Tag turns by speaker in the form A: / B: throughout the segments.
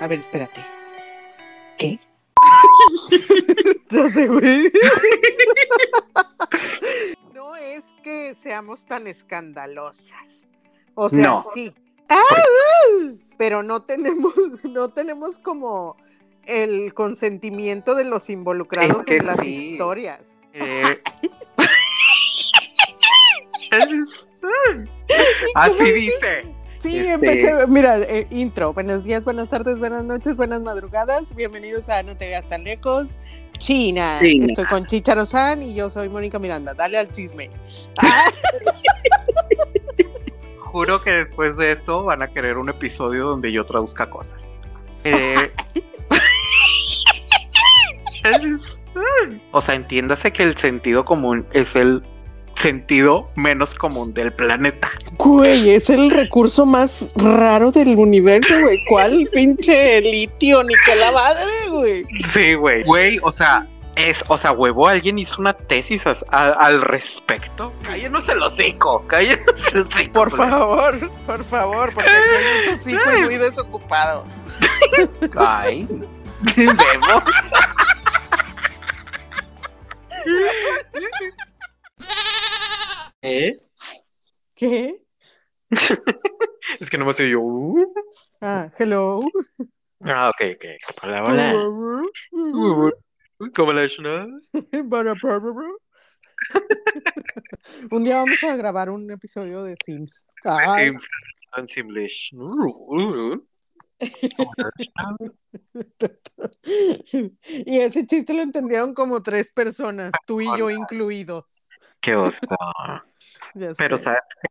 A: A ver, espérate. ¿Qué? ya sé, güey. no es que seamos tan escandalosas. O sea,
B: No.
A: sí. ¡Ah! Pero no tenemos, no tenemos como el consentimiento de los involucrados
B: Es que
A: en las
B: sí.
A: historias.
B: Eh. Así dice.
A: Sí,
B: Este-
A: empecé, mira, eh, intro, buenos días, buenas tardes, buenas noches, buenas madrugadas, bienvenidos a No te veas tan lejos, China.
B: China.
A: Estoy con Chicharo San y yo soy Mónica Miranda, dale al chisme. Ah,
B: Juro que después de esto van a querer un episodio donde yo traduzca cosas. Eh. o sea, entiéndase que el sentido común es el sentido menos común del planeta.
A: Güey, es el recurso más raro del universo, güey, ¿cuál pinche litio, ni que la madre, güey?
B: Sí, güey. Güey, o sea, es, o sea, huevo, alguien hizo una tesis as- a- al respecto. Cállenos el hocico, cállenos el hocico.
A: Por
B: please.
A: favor, por favor, porque aquí hay muchos hijos muy desocupados.
B: Ay, vemos. ¿Eh?
A: ¿Qué?
B: Es que no me soy yo. uh.
A: Ah, hello.
B: Ah, ok, ok. Hola, hola. Uh, uh. ¿Cómo le
A: Bara, bara, bara. un día vamos a grabar un episodio de Sims. Ah,
B: En Simlish. Uh, uh.
A: y ese chiste lo entendieron como tres personas, tú y yo incluidos.
B: Qué oso.
A: Ya
B: Pero,
A: sé.
B: ¿sabes? qué?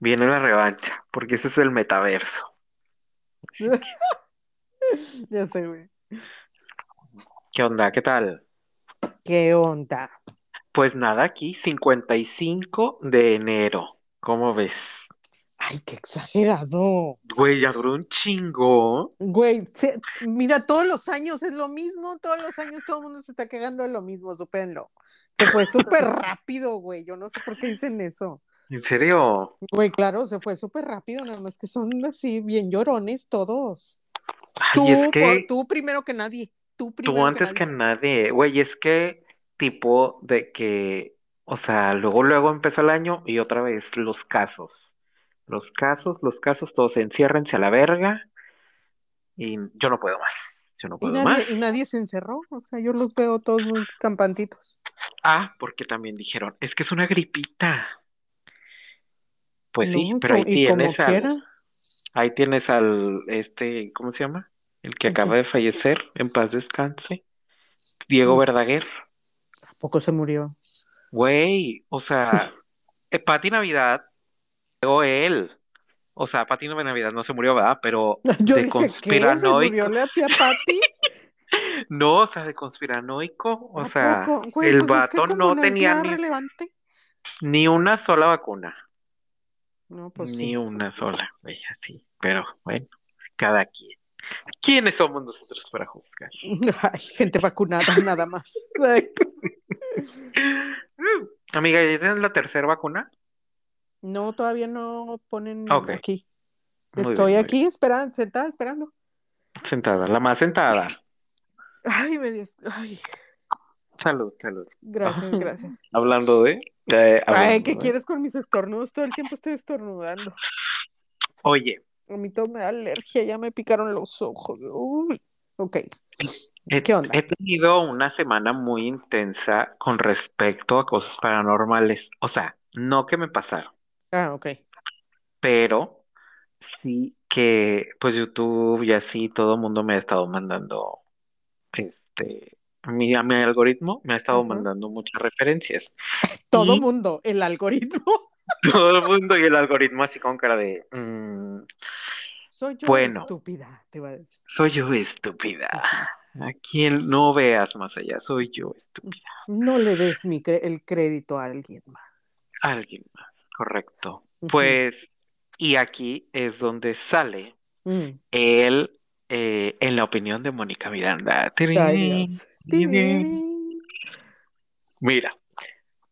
B: Viene la revancha, porque ese es el metaverso.
A: ya sé, güey.
B: ¿Qué onda? ¿Qué tal?
A: ¿Qué onda?
B: Pues nada, aquí 55 de enero. ¿Cómo ves?
A: Ay, qué exagerado.
B: Güey, ya duró un chingo.
A: Güey, se- mira, todos los años es lo mismo, todos los años todo el mundo se está cagando de lo mismo, supérenlo. Se fue súper rápido, güey. Yo no sé por qué dicen eso.
B: ¿En serio?
A: Güey, claro, se fue súper rápido, nada más que son así bien llorones todos.
B: Ay,
A: Tú,
B: es que
A: por- tú primero que nadie. Tú primero
B: tú antes que
A: nadie.
B: nadie. Güey, es que tipo de que, o sea, luego, luego empezó el año y otra vez los casos. Los casos, los casos, todos enciérrense a la verga. Y yo no puedo más. Yo no
A: Y
B: puedo
A: nadie,
B: más.
A: y nadie se encerró. O sea, yo los veo todos muy campantitos.
B: Ah, porque también dijeron, es que es una gripita. Pues sí,
A: No,
B: pero ahí
A: co- y como
B: tienes al,
A: quiera.
B: ahí tienes al, este, ¿cómo se llama? El que
A: Ujú.
B: acaba de fallecer, en paz descanse, Diego
A: Ujú.
B: Verdaguer.
A: Tampoco se murió.
B: Güey, o sea, eh, Pati Navidad, luego él. O sea, Pati Navidad no se murió, ¿verdad? Pero
A: Yo
B: de
A: dije, ¿qué? ¿Se
B: conspiranoico.
A: murió la tía Patti?
B: No, o sea, de conspiranoico, o
A: ¿A
B: sea,
A: poco? Güey, pues
B: el
A: es que
B: vato
A: como
B: no
A: no es
B: tenía
A: nada
B: ni,
A: relevante.
B: ni una sola vacuna.
A: No, pues
B: Ni
A: sí.
B: una sola, güey, así. Pero bueno, cada quien. ¿Quiénes somos nosotros para juzgar?
A: Ay, gente vacunada, nada más. Ay,
B: Mm. Amiga, ¿ya tienes la tercera vacuna?
A: No, todavía no ponen
B: Ok.
A: aquí.
B: Muy bien,
A: Estoy
B: muy
A: aquí esperando, sentada esperando.
B: bien. Sentada, la más sentada.
A: Ay, me dio. Ay,
B: Salud, salud.
A: gracias, gracias.
B: Hablando de. eh,
A: Ay,
B: hablando
A: ¿qué
B: de-
A: quieres con mis estornudos? Todo el tiempo estoy estornudando.
B: Oye,
A: A mí todo me da alergia, ya me picaron los ojos. Uy. Ok.
B: he,
A: ¿Qué onda?
B: he tenido una semana muy intensa con respecto a cosas paranormales. O sea, no que me pasaron,
A: Ah, ok.
B: pero sí que, pues, YouTube y así, todo el mundo me ha estado mandando. Este. Mi, mi algoritmo me ha estado
A: Ajá.
B: mandando muchas referencias.
A: Todo
B: Y-
A: mundo, el algoritmo.
B: Todo el mundo y el algoritmo así con cara de. mm,
A: Soy yo
B: Bueno.
A: estúpida, te va a decir.
B: Soy yo estúpida. A quien no veas más allá, soy yo estúpida.
A: No le des mi cre- el crédito a alguien más.
B: Alguien más, correcto.
A: Ujú.
B: Pues, y aquí es donde sale
A: Mm.
B: él eh, en la opinión de Mónica Miranda.
A: Ay, Dios.
B: Tirín, tirín.
A: Tirirín.
B: Mira,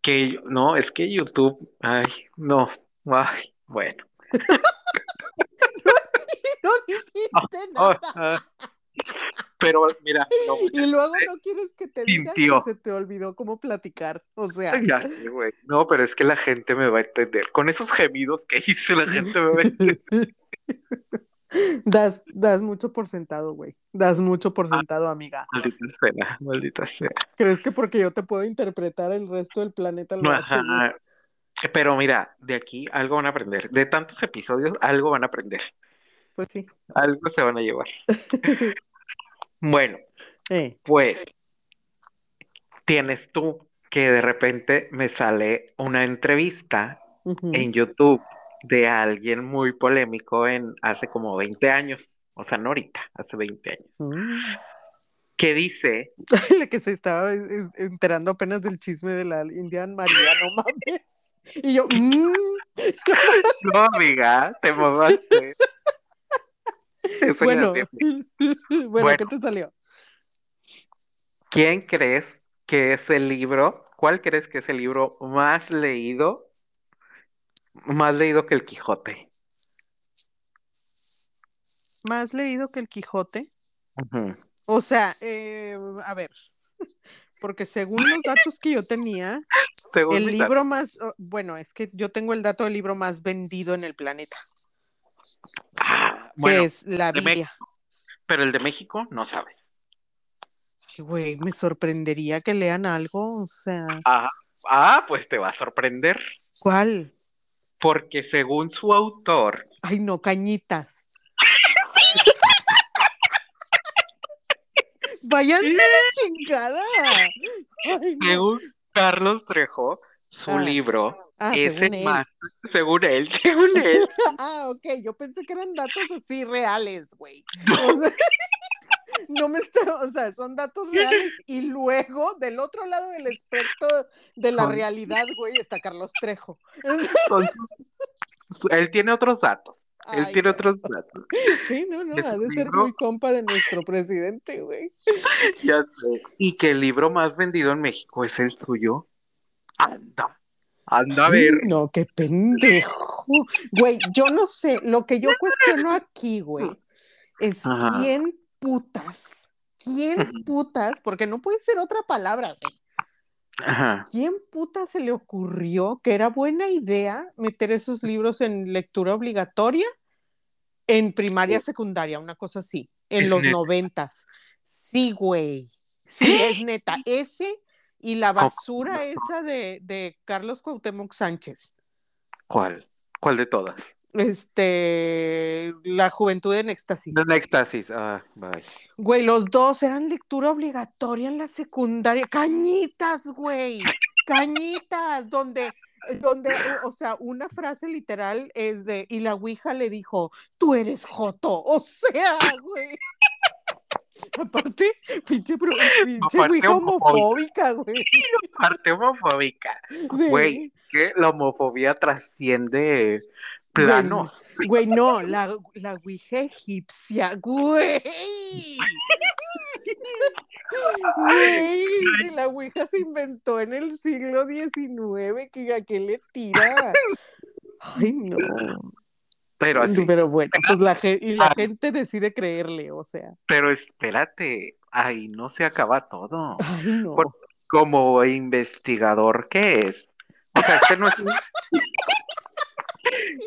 B: que yo- no, es que YouTube, ay, no, ay, bueno.
A: No dijiste dijiste nada.
B: Pero mira, no,
A: Y luego no quieres que te digan que
B: Sintió.
A: se te olvidó cómo platicar. O sea,
B: ya sé, güey. No, pero es que la gente me va a entender. Con esos gemidos que hice, la gente me va a entender.
A: das, das mucho por sentado, güey. Das mucho
B: Ah.
A: por sentado, amiga.
B: Maldita sea, maldita sea.
A: ¿Crees que porque yo te puedo interpretar el resto del planeta lo
B: No,
A: hace, güey?
B: ajá. Pero mira, de aquí algo van a aprender. De tantos episodios, algo van a aprender.
A: Pues sí.
B: Algo se van a llevar. Bueno,
A: Eh,
B: pues tienes tú que de repente me sale una entrevista
A: ujú.
B: en YouTube de alguien muy polémico en hace como 20 años, o sea, no ahorita, hace 20 años,
A: Mm.
B: que dice,
A: La que se estaba es- es- enterando apenas del chisme de la Indian María, no mames. Y yo, mm.
B: no, amiga, te mamaste. Eso ya
A: bueno,
B: te-
A: bueno,
B: Bueno.
A: ¿qué te salió?
B: ¿Quién crees que es el libro? ¿Cuál crees que es el libro más leído? Más leído que el Quijote.
A: Más leído que el Quijote. O sea, eh, a ver, porque según los datos que yo tenía,
B: Según
A: el
B: mis
A: libro más, oh, bueno, es que yo tengo el dato del libro más vendido en el planeta,
B: datos. Ah,
A: que
B: bueno,
A: es la
B: de
A: Biblia.
B: pero el de México no sabes.
A: Güey, me sorprendería que lean algo, o sea,
B: Ah, ah, pues te va a sorprender,
A: ¿cuál?
B: porque según su autor,
A: Ay, no, cañitas. Váyanse a la chingada. Ay, no.
B: según Carlos Trejo, su
A: Ah.
B: libro
A: Ah,
B: es
A: según
B: el
A: él.
B: más, según él, según él,
A: Ah, ok, yo pensé que eran datos así reales, güey. O sea, no me está, o sea, son datos reales y luego del otro lado del espectro de la
B: Son-
A: realidad, güey, está Carlos Trejo.
B: son sus- él tiene otros datos, él
A: Ay, güey.
B: tiene otros datos,
A: Sí, no, no,
B: es
A: ha
B: un
A: de ser
B: libro.
A: muy compa de nuestro presidente, güey.
B: ya sé. Y que el libro más vendido en México es el suyo. Anda, anda a
A: Ay,
B: ver.
A: No, qué pendejo. Güey, yo no sé, lo que yo cuestiono aquí, güey, es
B: Ajá.
A: quién putas, quién putas, porque no puede ser otra palabra, güey.
B: Ajá.
A: ¿Quién puta se le ocurrió que era buena idea meter esos libros en lectura obligatoria en primaria, secundaria, una cosa así, en
B: Es
A: los
B: neta.
A: noventas? Sí, güey. Sí, es neta. Ese y la
B: Con-
A: basura esa de, de Carlos Cuauhtémoc Sánchez.
B: ¿Cuál? ¿Cuál de todas?
A: Este, la juventud en éxtasis.
B: Un éxtasis. Ah, bye.
A: Güey, los dos eran lectura obligatoria en la secundaria. Cañitas, güey. Cañitas, donde, donde, o- o sea, una frase literal es de, y la Ouija le dijo, tú eres Joto. O sea, güey. Aparte, pinche, pro- pinche
B: Aparte
A: Ouija homofóbica,
B: homofóbica.
A: güey.
B: Parte homofóbica.
A: Sí.
B: Güey, que la homofobia trasciende planos.
A: Güey, no, la, la Ouija egipcia, güey. Güey, si la Ouija se inventó en el siglo XIX, ¿que, ¿a qué le tira? Ay, no.
B: Pero así,
A: Pero bueno, pues la, ge- y la
B: Ah.
A: gente decide creerle, o sea.
B: pero espérate, ahí no se acaba todo.
A: Ay, no.
B: Por- Como investigador que es. O sea, este no es un,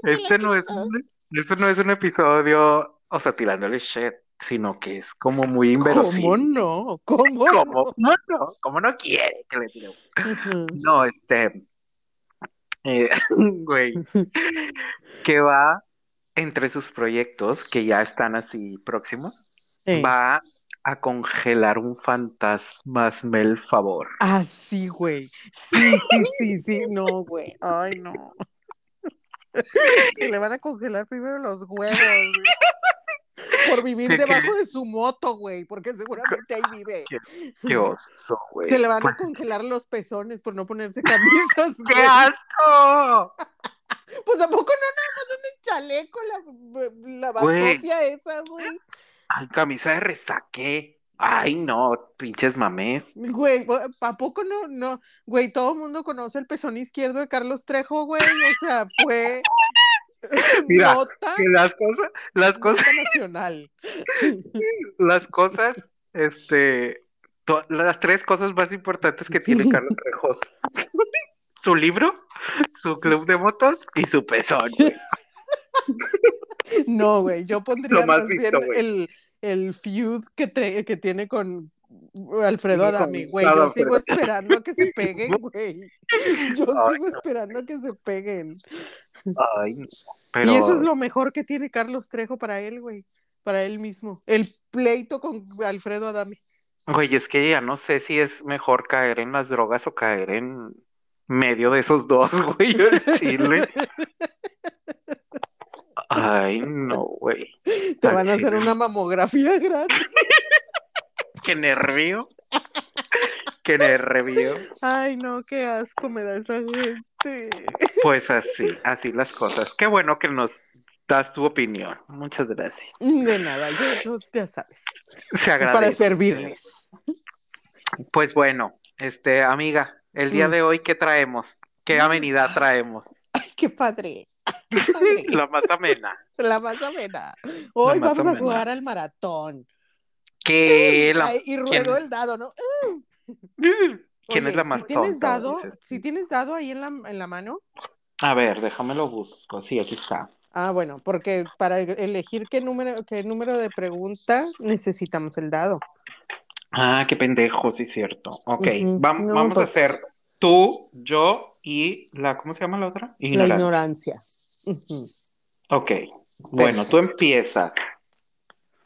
B: este no es un- este no es un episodio, o sea, tirándole shit, sino que es como muy
A: ¿Cómo
B: inverosímil.
A: no? ¿Cómo no?
B: ¿Cómo? No, no, como no quiere que le tire
A: Ajá.
B: No, este, eh, güey, que va entre sus proyectos que ya están así próximos,
A: Eh,
B: va a congelar un fantasma, hazme el favor.
A: Ah, sí, güey. Sí, sí, sí, sí. No, güey. Ay, no. Se le van a congelar primero los huevos. güey. Por vivir
B: ¿Qué
A: debajo de su moto, güey, porque seguramente ahí vive.
B: Qué oso, güey.
A: Se le van a
B: Pues,
A: congelar los pezones por no ponerse camisas,
B: ¡Qué
A: güey.
B: asco!
A: Pues tampoco no nada más en el chaleco la, la
B: Güey.
A: bazofia esa, güey.
B: Ay, camisa de resaque. Ay, no, pinches mames.
A: Güey, güey, ¿a poco no, no? Güey, todo el mundo conoce el pezón izquierdo de Carlos Trejo, güey. O sea, fue,
B: Mira,
A: nota,
B: que las cosas, las cosas,
A: nota nacional.
B: las cosas, este, to- las tres cosas más importantes que tiene Carlos Trejosa. Su libro, su club de motos y su pezón, güey.
A: No, güey, yo pondría
B: Lo más
A: más
B: visto,
A: bien
B: güey.
A: el, el feud que, te- que tiene con Alfredo
B: Tiene con
A: Adami, güey.
B: Gustavo
A: Yo sigo esperando a que se peguen, güey. Yo
B: Ay,
A: sigo esperando a que se peguen.
B: Ay, no. Pero,
A: Y eso es lo mejor que tiene Carlos Trejo para él, güey. Para él mismo. El pleito con Alfredo Adami.
B: güey, es que ya no sé si es mejor caer en las drogas o caer en medio de esos dos, güey, en Chile. Ay, no, güey.
A: Te van a hacer
B: chido.
A: una mamografía gratis.
B: Qué nervio. Qué nervio.
A: Ay, no, qué asco me da esa gente.
B: Pues así, así las cosas. Qué bueno que nos das tu opinión. Muchas gracias.
A: De nada, yo, yo- ya sabes.
B: Se
A: Para
B: agradece.
A: servirles.
B: Pues bueno, este, amiga, el día
A: Mm.
B: de hoy, ¿qué traemos? ¿Qué amenidad traemos?
A: Ay, qué padre. Ay, Qué padre.
B: La más amena.
A: La más amena. Hoy
B: más
A: vamos a
B: amena.
A: jugar al maratón.
B: ¿Qué? La...
A: Ay, y ruedo
B: ¿quién?
A: el dado, ¿no?
B: ¿Quién
A: Oye,
B: es la más
A: si tienes
B: tonta?
A: dado,
B: dices?
A: si tienes dado ahí en la, en la mano.
B: A ver, déjame lo busco. Sí, aquí está.
A: Ah, bueno, porque para elegir qué número, qué número de pregunta necesitamos el dado.
B: Ah, qué pendejo, sí, cierto. Ok,
A: Ujú.
B: vam-
A: No,
B: vamos
A: pues.
B: a hacer tú, yo y la, ¿cómo se llama la otra?
A: La
B: Ignorancia.
A: ignorancia. Ujú.
B: Ok, bueno, tú empiezas.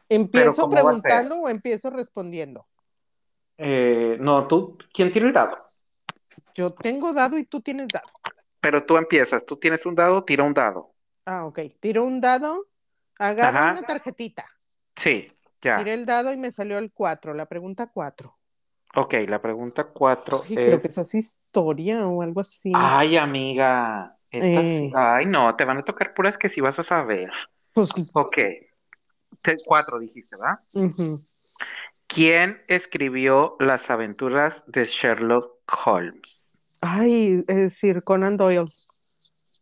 A: ¿Empiezo
B: ¿cómo va a ser?
A: preguntando o empiezo respondiendo?
B: Eh, no, tú, ¿quién tiene el dado?
A: Yo tengo dado y tú tienes dado.
B: Pero tú empiezas, tú tienes un dado, tira un dado.
A: Ah, ok. Tiro un dado, agarro
B: Ajá.
A: una tarjetita.
B: Sí, ya.
A: Tiré el dado y me salió el 4, la pregunta 4.
B: Ok, la pregunta cuatro
A: Ay,
B: es... Ah.
A: creo que esa es historia o algo así.
B: Ay, amiga, estas...
A: Eh.
B: Ay, no, te van a tocar puras que sí vas a saber.
A: Pues,
B: Ok, Te- cuatro dijiste, ¿verdad?
A: ujú.
B: ¿Quién escribió Las aventuras de Sherlock Holmes?
A: Ay, es decir, Conan Doyle.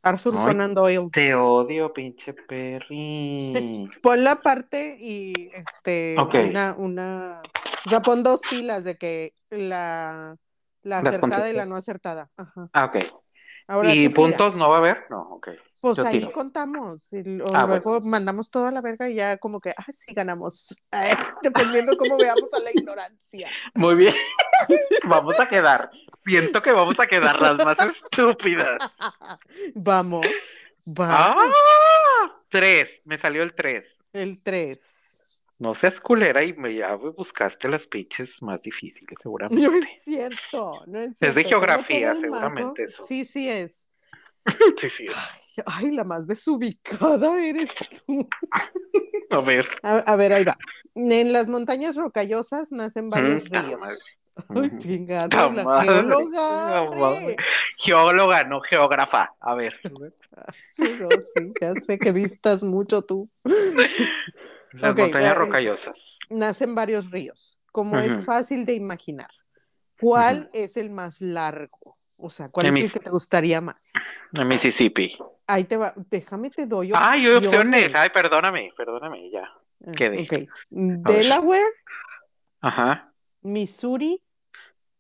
A: Arthur
B: Ay.
A: Conan Doyle.
B: Te odio, pinche Perry.
A: Pon la parte y este
B: Ok.
A: una, una. O sea, pon dos pilas de que la, la
B: Las
A: acertada y la
B: contesté.
A: no acertada. Ajá.
B: Ah, ok.
A: Ahora
B: ¿Y
A: tú tira.
B: puntos no va a haber? No, ok.
A: Pues
B: yo
A: ahí
B: tiro.
A: contamos. y lo-
B: Ah,
A: luego mandamos toda la verga y ya como que, ah, sí ganamos. Ay, dependiendo cómo veamos a la ignorancia.
B: Muy bien. Vamos a quedar. Siento que vamos a quedar las más estúpidas.
A: Vamos. Va.
B: ¡Ah! Tres. Me salió el tres.
A: El 3.
B: No seas culera y me ya buscaste las pinches más difíciles, seguramente.
A: No es cierto, no es
B: Este, Es
A: cierto.
B: de
A: Tengo todo
B: geografía,
A: el mazo.
B: seguramente eso.
A: Sí, sí es.
B: Sí, sí.
A: Ay, la más desubicada eres tú.
B: A ver.
A: A, a ver, ahí va. En las montañas rocallosas nacen varios
B: Mm, ta
A: ríos. Ay,
B: Ujú.
A: chingada,
B: Ta
A: la
B: madre.
A: geóloga.
B: No mames.
A: hombre.
B: Geóloga, no geógrafa. A ver.
A: Pero sí, ya sé que distas mucho tú.
B: Las
A: Ok, eh,
B: montañas
A: va-
B: rocallosas.
A: Nacen varios ríos, como es
B: Ujú.
A: fácil de imaginar. ¿Cuál es el más largo? O sea, ¿cuál
B: De
A: es el
B: mis-
A: que te gustaría más?
B: En Mississippi.
A: Ahí te va, déjame te doy opciones.
B: Ay, opciones. Ay, perdóname, perdóname, ya.
A: Ah,
B: Quedé.
A: ok. Delaware,
B: Ajá,
A: Missouri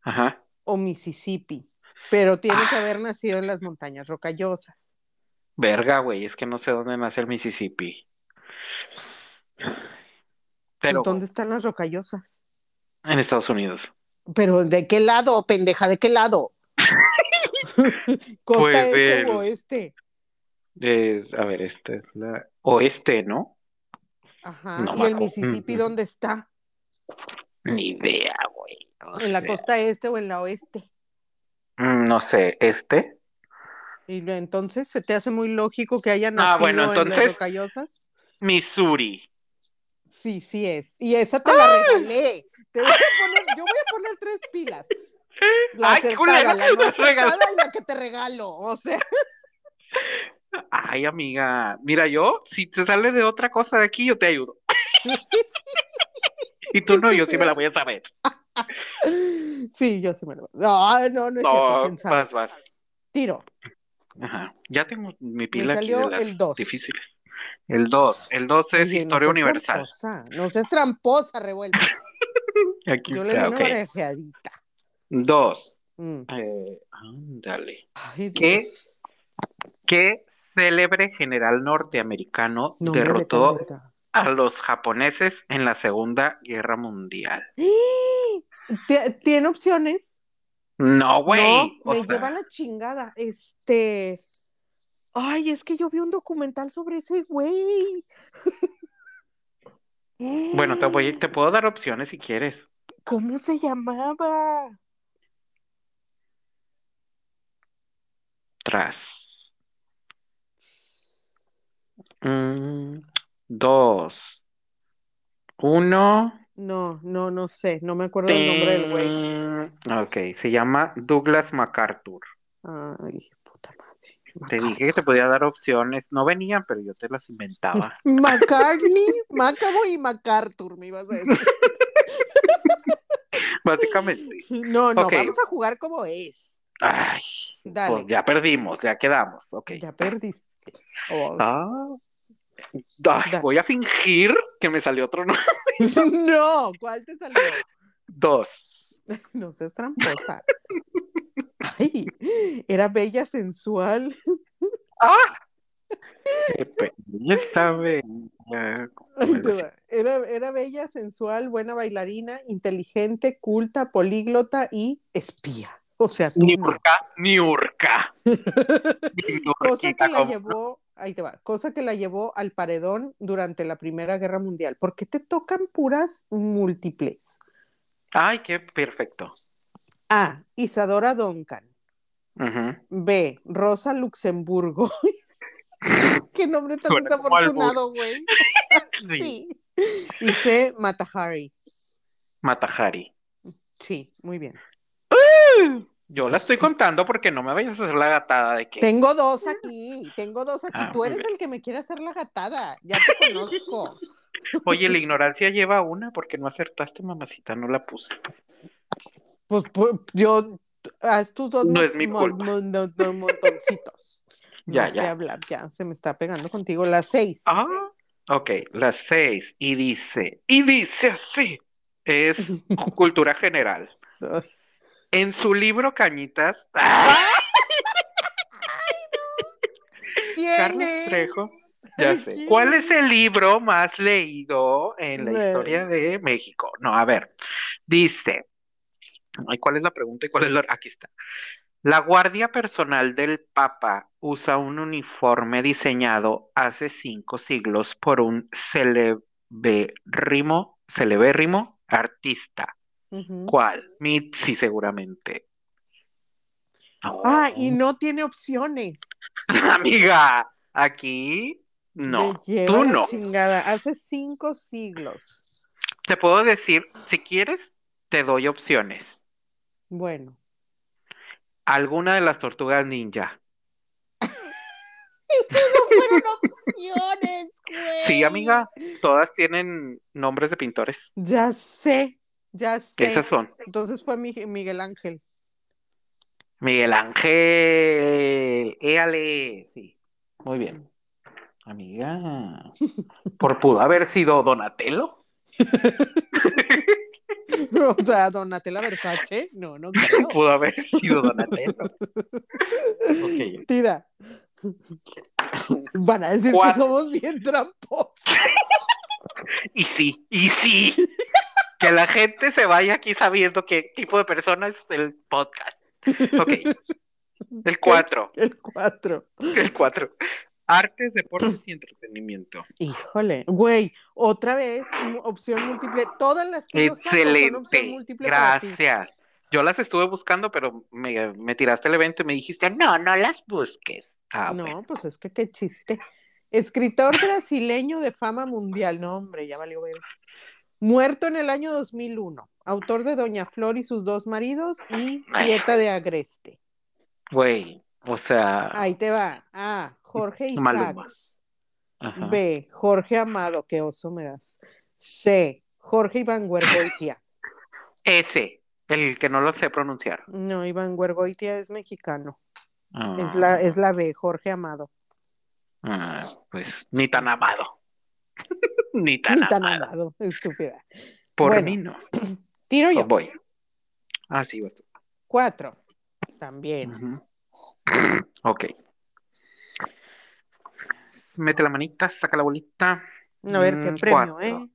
B: ajá.
A: o Mississippi. Pero tiene
B: Ah.
A: que haber nacido en las montañas rocallosas.
B: Verga, güey, es que no sé dónde nace el Mississippi. Pero
A: ¿Dónde están las rocallosas?
B: en Estados Unidos.
A: Pero ¿de qué lado, pendeja? ¿De qué lado? ¿Costa
B: Pues
A: este
B: del-
A: o oeste?
B: Es- a ver, esta es la oeste, ¿no?
A: Ajá. ¿Y
B: No
A: el
B: me acuerdo.
A: Mississippi
B: Mm, mm.
A: dónde está?
B: Ni idea, güey. No
A: ¿En la
B: sé.
A: costa este o en la oeste?
B: Mm, No sé, este.
A: Y lo- entonces se te hace muy lógico que haya nacido
B: Ah, bueno,
A: en las
B: entonces-
A: rocallosas.
B: Missouri.
A: Sí, sí es. Y esa te
B: ¡Ah!
A: la regalé. Te voy a poner, yo voy a poner tres pilas. La
B: Ay, culera,
A: acertada, la no
B: nos regaló.
A: acertada y la que te regalo. O sea,
B: Ay, amiga. Mira, yo, si te sale de otra cosa de aquí, yo te ayudo. Y tú
A: Qué
B: no, yo sí
A: estúpida.
B: me la voy a saber.
A: sí, yo sí me lo. No, no, no es cierto,
B: No,
A: quién sabe.
B: vas, vas.
A: Tiro.
B: Ajá. Ya tengo mi pila aquí
A: salió
B: de las
A: el dos.
B: difíciles. El 2. El 2 es
A: Oye, no
B: historia
A: seas
B: universal.
A: tramposa, no seas tramposa, revuelta.
B: Aquí
A: Yo le di
B: está,
A: una
B: ok.
A: barajadita.
B: Dos.
A: Mm.
B: Eh, ándale.
A: Ay,
B: ¿Qué?
A: Dios.
B: ¿Qué célebre general norteamericano
A: No me
B: derrotó
A: reconozca.
B: a los japoneses en la Segunda Guerra Mundial?
A: ¡Eh! Tie- ¿Tiene opciones?
B: No, güey.
A: no,
B: o
A: me
B: sea,
A: lleva la chingada. Este. Ay, es que yo vi un documental sobre ese güey.
B: Bueno, te voy,
A: Eh,
B: te puedo dar opciones si quieres.
A: ¿Cómo se llamaba?
B: Tras. Mm, dos. Uno.
A: No, no, no sé. No me acuerdo el nombre del güey.
B: Tin. Mm, Ok, se llama Douglas MacArthur.
A: Ay, puta madre.
B: Te
A: Maca-
B: dije que te podía dar opciones. No venían, pero yo te las inventaba.
A: McCartney, Macabo y MacArthur, me ibas a decir.
B: Básicamente.
A: No, no,
B: Ok.
A: vamos a jugar como es.
B: Ay,
A: Dale,
B: pues ya perdimos, ya quedamos. Ok.
A: ya perdiste. Oh.
B: Ah. Ay,
A: Da-
B: voy a fingir que me salió otro. no-
A: No, ¿cuál te salió?
B: Dos.
A: No seas tramposa. Ay, era bella, sensual.
B: ¡Ah! Qué pe- Ya está, ve. Ya,
A: Ahí
B: como
A: te
B: les-
A: va. Era, era bella, sensual, buena bailarina, inteligente, culta, políglota y espía. O sea, tú no.
B: Niurka, Niurka.
A: Cosa que
B: Niurquita,
A: la
B: como-
A: llevó, ahí te va, cosa que la llevó al paredón durante la Primera Guerra Mundial. ¿Por qué te tocan puras múltiples?
B: Ay, qué perfecto.
A: A. Ah, Isadora Duncan.
B: Ujú.
A: B. Rosa Luxemburgo. Qué nombre tan
B: Suena como albur.
A: desafortunado, güey.
B: Sí.
A: Sí. Y C. Matahari.
B: Matajari.
A: Sí, muy bien.
B: Yo la estoy
A: Pues Sí.
B: contando porque no me vayas a hacer la gatada de que.
A: Tengo dos aquí, tengo dos aquí.
B: Ah,
A: Tú
B: muy
A: eres
B: bien.
A: el que me quiere hacer la gatada, ya te conozco.
B: Oye, la ignorancia lleva una porque no acertaste, mamacita, no la puse.
A: Pues, pues, yo, haz tus dos
B: No
A: mon-
B: es mi
A: mon-
B: culpa.
A: mon- mon- mon- montoncitos. No
B: Ya,
A: sé
B: ya.
A: hablar, ya se me está pegando contigo. Las seis.
B: Ah, ok, las seis. Y dice, y dice así, es cultura general.
A: Ay.
B: En su libro Cañitas,
A: ¿Quién
B: Carlos
A: es?
B: Trejo, ya
A: Ay,
B: sé,
A: ¿quién
B: ¿cuál
A: es?
B: es el libro más leído en la
A: De-
B: historia de México? No, a ver, dice, ay, ¿cuál es la pregunta y cuál es la... Aquí está. La guardia personal del Papa usa un uniforme diseñado hace cinco siglos por un celebérrimo, celebérrimo artista.
A: Ujú.
B: ¿Cuál? Mitzi, seguramente. No.
A: Ah, y no tiene opciones.
B: Amiga, aquí no.
A: Me lleva
B: Tú
A: la
B: no.
A: chingada. Hace cinco siglos.
B: Te puedo decir, si quieres, te doy opciones.
A: Bueno,
B: Alguna de las tortugas ninja.
A: fueron opciones, güey.
B: Sí, amiga, todas tienen nombres de pintores.
A: Ya sé, ya sé.
B: Esas son.
A: Entonces fue Mi- Miguel Ángel.
B: Miguel Ángel, éale, sí, muy bien, amiga, por pudo haber sido Donatello,
A: O sea, Donatella Versace. No, no creo.
B: pudo haber sido Donatello. Ok.
A: Tira. Van a decir
B: ¿Cuál?
A: que somos bien tramposos.
B: Y sí, y sí, que la gente se vaya aquí sabiendo qué tipo de persona es el podcast. Ok, el 4,
A: El cuatro.
B: el 4, artes, deportes y entretenimiento.
A: Híjole. Güey, otra vez, mu- opción múltiple. Todas las que yo saco son opción
B: Excelente,
A: múltiple para ti.
B: gracias. Yo las estuve buscando, pero me, me tiraste el evento y me dijiste, no, no las busques. Ah,
A: no,
B: bueno.
A: pues es que qué chiste. Escritor brasileño de fama mundial. No, hombre, ya valió ver. Muerto en el año 2001. Autor de Doña Flor y sus dos maridos y Dieta de Agreste.
B: Güey, o sea,
A: Ahí te va. A. Jorge
B: Maluma.
A: Isaacs.
B: ajá.
A: B. Jorge Amado. Qué oso me das. C. Jorge Iván Huergoitia.
B: ese, el que no lo sé pronunciar.
A: No, Iván Huergoitia es mexicano.
B: Ah,
A: Es la, es la B, Jorge Amado.
B: ah, pues ni tan amado. ni tan
A: Ni tan
B: amado.
A: amado, estúpida.
B: Por
A: Bueno,
B: mí no.
A: Tiro yo.
B: Voy. Ah, sí, vas tú.
A: Cuatro. También.
B: Ujú. Ok. Mete la manita, saca la bolita.
A: A ver qué
B: Mm,
A: premio,
B: cuatro.
A: ¿eh?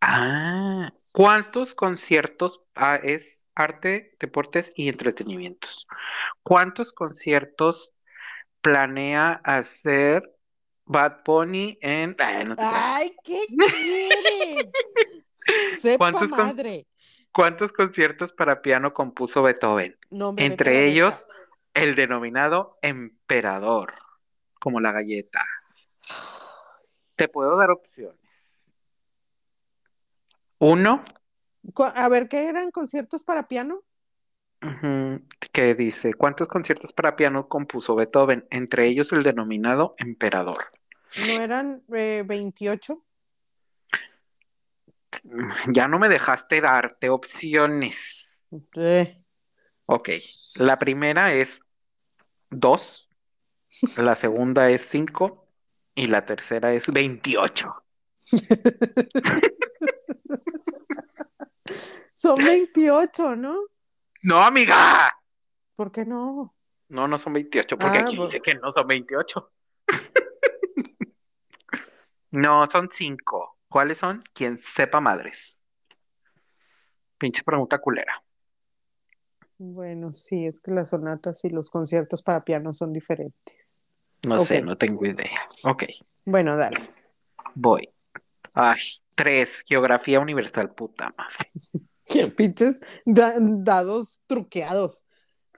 B: Ah, ¿cuántos conciertos ah, es arte, deportes y entretenimientos? ¿Cuántos conciertos planea hacer Bad Bunny en... Ah, no te creas.
A: Ay, ¿qué quieres? Sepa
B: ¿Cuántos con-
A: madre.
B: ¿Cuántos conciertos para piano compuso Beethoven?
A: No, hombre, vete a la
B: Entre
A: verga.
B: ellos, el denominado emperador, como la galleta. Te puedo dar opciones. Uno,
A: Cu- A ver, ¿qué eran conciertos para piano?
B: Ujú, Que dice, ¿cuántos conciertos para piano compuso Beethoven? Entre ellos el denominado Emperador.
A: ¿No eran eh, 28?
B: Ya no me dejaste darte opciones.
A: Eh,
B: Ok, la primera es dos, la segunda es cinco y la tercera es 28.
A: Son 28, ¿no?
B: No, amiga.
A: ¿Por qué no?
B: No, no son 28 porque
A: Ah,
B: aquí
A: pues-
B: dice que no son 28. No, son cinco. ¿Cuáles son? Quien sepa madres. Pinche pregunta culera.
A: Bueno, sí, es que las sonatas y los conciertos para piano son diferentes.
B: No
A: Ok.
B: sé, no tengo idea. Ok,
A: Bueno, dale.
B: voy. Ay, tres, geografía universal, puta madre.
A: ¿Qué pinches da- dados truqueados?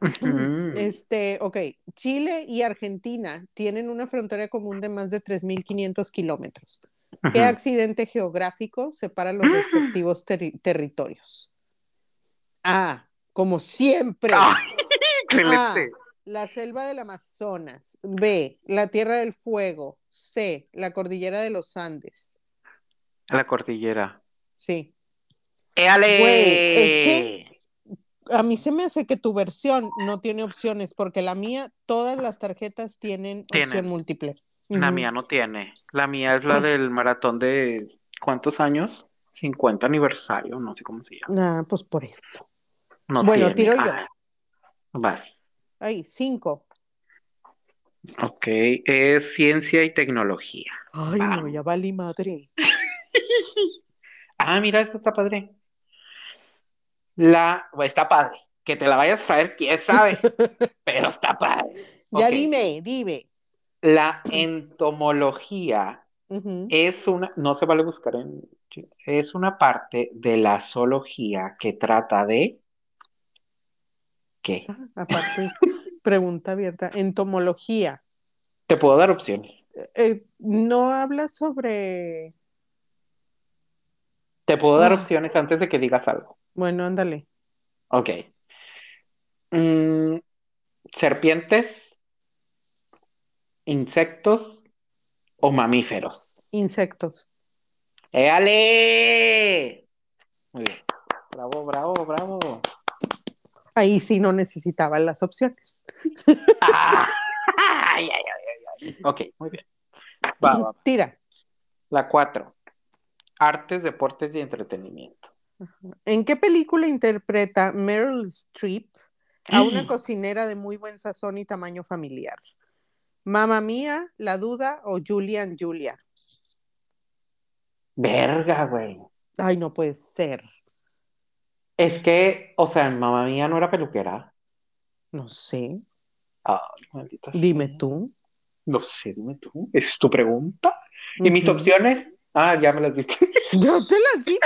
B: Ujú.
A: Este, ok, Chile y Argentina tienen una frontera común de más de 3.500 kilómetros. ¿Qué
B: Ujú. Ah.
A: accidente geográfico separa los respectivos terri- territorios? A, como siempre.
B: Ay, excelente.
A: A, la selva del Amazonas. B, la Tierra del Fuego. C, la Cordillera de los Andes. Ah.
B: La cordillera.
A: Sí.
B: ¡Éale!
A: Güey, es que- A mí se me hace que tu versión no tiene opciones, porque la mía, todas las tarjetas tienen opción
B: Tienen.
A: múltiple.
B: La
A: Ujú. Ah.
B: mía no tiene. La mía es la del maratón de ¿cuántos años? 50 aniversario, no sé cómo se llama.
A: Ah, pues por eso.
B: No
A: Bueno,
B: tiene.
A: tiro yo.
B: Ah, vas.
A: Ay, cinco.
B: Ok, es ciencia y tecnología.
A: Ay, no, ya valí madre.
B: Ah, mira, esto está padre. La, bueno, está padre. Que te la vayas a saber, quién sabe, pero está padre.
A: Ya
B: Ok.
A: dime, dime.
B: La entomología
A: Ujú.
B: es una, no se vale buscar en, es una parte de la zoología que trata de, ¿qué?
A: ah, Aparte, es pregunta abierta. Entomología.
B: Te puedo dar opciones.
A: Eh, no habla sobre.
B: Te puedo dar
A: Ah.
B: opciones antes de que digas algo.
A: Bueno, ándale.
B: Ok. Mm, serpientes, insectos o mamíferos.
A: Insectos.
B: ¡Éale! Muy bien. Bravo, bravo, bravo.
A: Ahí sí no necesitaba las opciones.
B: Ah, ay, ay, ay, ay, ay. Ok, muy bien. Va, va, va.
A: Tira.
B: La cuatro. Artes, deportes y entretenimiento.
A: ¿En qué película interpreta Meryl Streep a una cocinera de muy buen sazón y tamaño familiar? Mamma Mía, La Duda o Julian Julia.
B: Verga, güey.
A: Ay, no puede ser.
B: Es que, o sea, mamá mía no era peluquera.
A: No sé.
B: Ay, maldita sea.
A: Dime tú.
B: No sé, dime tú. ¿Es tu pregunta? ¿Y mis
A: Ujú.
B: opciones? Ah, ya me las diste.
A: Yo te las di,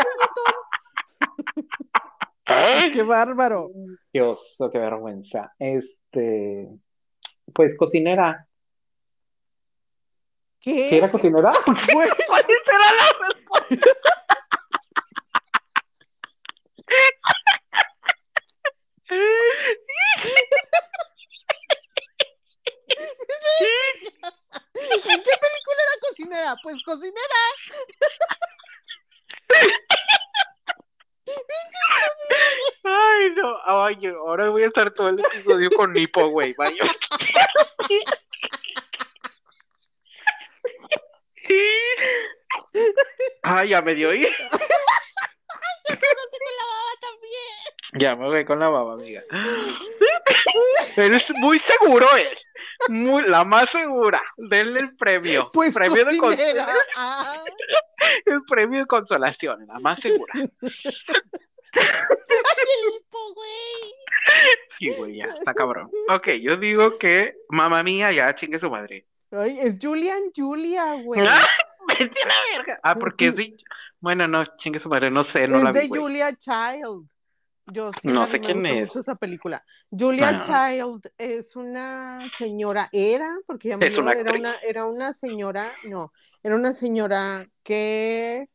A: puñetón. Qué bárbaro.
B: Dios, oh, qué vergüenza. Este, pues cocinera. ¿Sí
A: ¿Qué?
B: era cocinera?
A: Güey,
B: ¿Cuál será la respuesta?
A: ¿En qué película era cocinera? Pues cocinera.
B: Ay, no. Ah, ay, yo ahora voy a estar todo el episodio con hipo, güey, vaya. Ay, ya me dio ahí. Ya me voy con la baba, amiga. Él es muy seguro, él. Muy, la más segura. Denle el premio.
A: Pues
B: premio de cons-
A: cocinera. Ah,
B: el premio de consolación, la más segura.
A: el hipo, güey.
B: Sí, güey, ya, está cabrón. Ok, yo digo que, mamá mía, ya chingue su madre.
A: Ay, es Julian Julia, güey.
B: Ah, vete a la verga. Ah, porque sí. Bueno, no, chingue su madre, no sé, no la
A: Pues es
B: vi,
A: de
B: güey.
A: Julia Child. Yo sí,
B: No
A: a mí
B: sé
A: me
B: quién
A: gusta
B: es.
A: mucho esa película. Julia
B: Ah.
A: Child es una señora, era, porque ya
B: Es
A: murió,
B: una
A: era,
B: actriz.
A: una, era una señora, no, era una señora que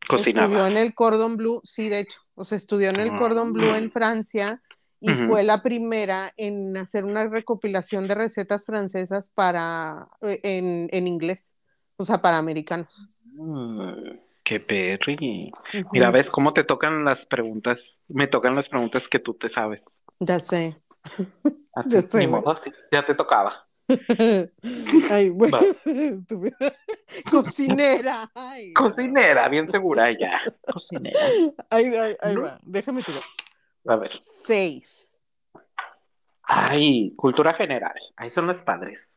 A: estudió
B: Cocinaba.
A: en el Cordon Bleu, sí, de hecho, o sea, estudió en el
B: Ah.
A: Cordon Bleu en Francia y
B: Ujú.
A: fue la primera en hacer una recopilación de recetas francesas para, eh, en, en inglés, o sea, para americanos.
B: Mm, Qué perri.
A: Ujú.
B: Mira, ves cómo te tocan las preguntas. Me tocan las preguntas que tú te sabes.
A: Ya sé.
B: Así,
A: Ya sé,
B: ni
A: güey.
B: modo, sí, ya te tocaba.
A: Ay, güey.
B: Va.
A: estúpida. Cocinera. Ay,
B: Cocinera, bien segura ya. Cocinera.
A: ay, ay, ay,
B: ¿No?
A: va. Déjame tirar.
B: A ver.
A: Seis.
B: Ay, cultura general. Ahí son los padres.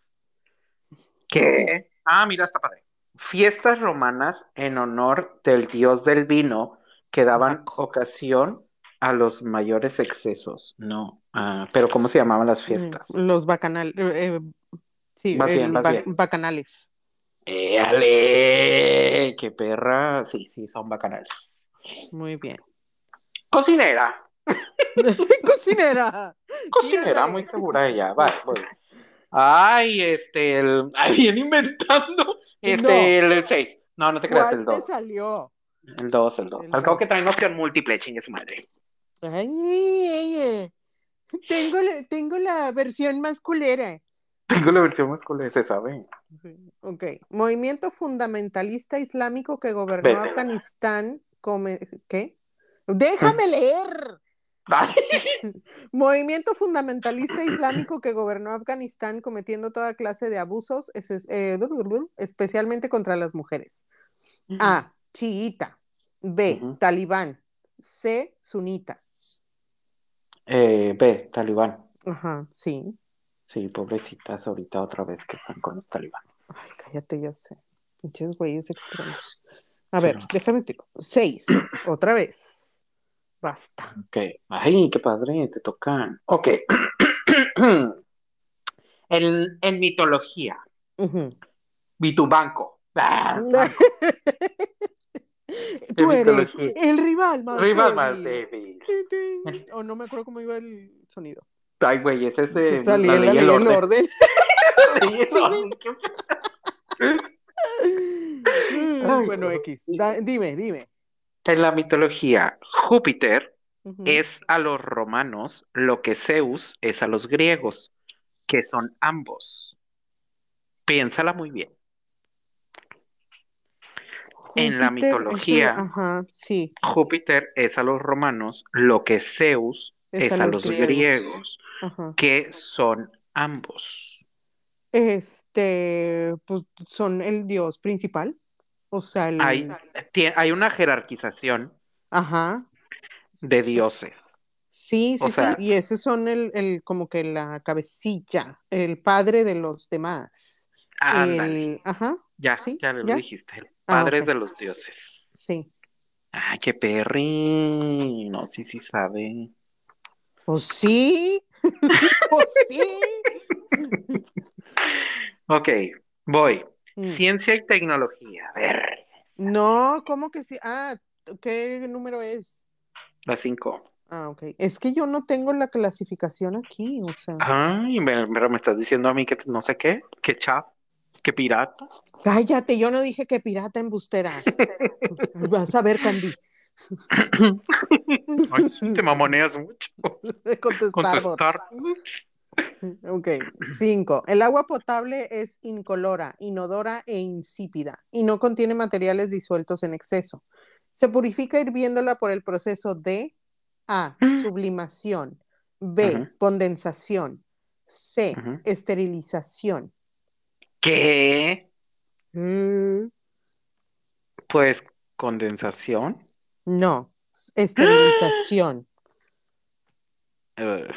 B: ¿Qué? Ah, mira, está padre. Fiestas romanas en honor del dios del vino que daban
A: Baco.
B: ocasión a los mayores excesos. No. Ah, pero ¿cómo se llamaban las fiestas?
A: Mm, Los bacanales. sí,
B: Vas
A: el
B: bien, vas
A: ba-
B: bien.
A: bacanales.
B: ¡Éale! ¡Qué perra! Sí, sí, son bacanales.
A: Muy bien.
B: Cocinera.
A: Cocinera.
B: Cocinera,
A: Tírale.
B: muy segura ella. Va, voy. Ay, este, el... Ay, bien inventando. Este, el 6. No, no te creas,
A: ¿Cuál
B: el
A: te
B: 2.
A: salió?
B: El 2, el 2.
A: El
B: Al cabo que
A: dos.
B: traen opción múltiple, chingue su madre.
A: Ay, ay, ay. Tengo la, tengo la versión más culera.
B: Tengo la versión masculina, se sabe.
A: Ok. Movimiento fundamentalista islámico que gobernó
B: Vete.
A: Afganistán. come- ¿Qué? Déjame leer.
B: Ay,
A: Movimiento fundamentalista islámico que gobernó Afganistán cometiendo toda clase de abusos, es- es- eh, especialmente contra las mujeres. A. Chiita. B.
B: Ujú.
A: Talibán. C. Sunita.
B: Eh, ve, talibán.
A: Ajá, sí.
B: Sí, pobrecitas, ahorita otra vez que están con los talibanes.
A: Ay, cállate, ya sé. Pinches güeyes extremos. A
B: Sí,
A: ver,
B: no.
A: déjame te... Seis. Otra vez. Basta.
B: Ok. Ay, qué padre, te tocan. Ok. en, en mitología,
A: Ujú.
B: Vitubanco. Ah, banco, de
A: Tú eres
B: mitología.
A: el rival más débil.
B: Rival más débil.
A: Tin, tin. O no me acuerdo cómo iba el sonido.
B: Ay, güey, ese es de
A: Yo salí
B: la
A: en
B: ley y el
A: ley y el
B: orden.
A: orden.
B: Ley y el
A: Sí, güey.
B: orden, qué
A: Mm,
B: Ay,
A: bueno,
B: no.
A: X. Da- dime, dime.
B: En la mitología, Júpiter
A: Ujú.
B: es a los romanos lo que Zeus es a los griegos, que son ambos. Piénsala muy bien. en
A: Júpiter ah.
B: la
A: es el-
B: mitología.
A: Ajá, sí.
B: Júpiter es a los romanos lo que Zeus es, a, los, griegos.
A: Ajá.
B: que son ambos.
A: Este, pues son el dios principal. O sea, el.
B: Hay, tie- hay una jerarquización
A: Ajá.
B: de dioses.
A: Sí,
B: O
A: sí,
B: sea-
A: sí. Y esos son el, el, como que la cabecilla, el padre de los demás.
B: Ándale,
A: El, ajá,
B: ya,
A: ¿sí?
B: ya lo
A: ¿Ya?
B: dijiste.
A: Ah,
B: Padres
A: ok.
B: de los dioses.
A: sí.
B: Ah, qué perri. No, sí, sí sabe.
A: Pues sí. Pues sí.
B: Ok, voy.
A: Mm.
B: Ciencia y tecnología. A ver,
A: No, ¿cómo que sí? Ah, ¿qué número es?
B: la cinco.
A: Ah, ok. Es que yo no tengo la clasificación aquí, o
B: Ah.
A: sea.
B: Ay, me- pero me estás diciendo a mí que no sé qué, que chap, que pirata.
A: Cállate, yo no dije que pirata embustera. Vas a ver, Candy.
B: Ay, sí, te mamoneas mucho
A: Con tu
B: con tu
A: Starbucks.
B: Starbucks.
A: Ok, cinco. El agua potable es incolora, inodora e insípida y no contiene materiales disueltos en exceso. Se purifica hirviéndola por el proceso de A. Sublimación. B.
B: Ujú.
A: Condensación. C.
B: Ujú.
A: Esterilización.
B: ¿Qué?
A: Mm,
B: Pues condensación.
A: no. Esterilización.
B: Ugh,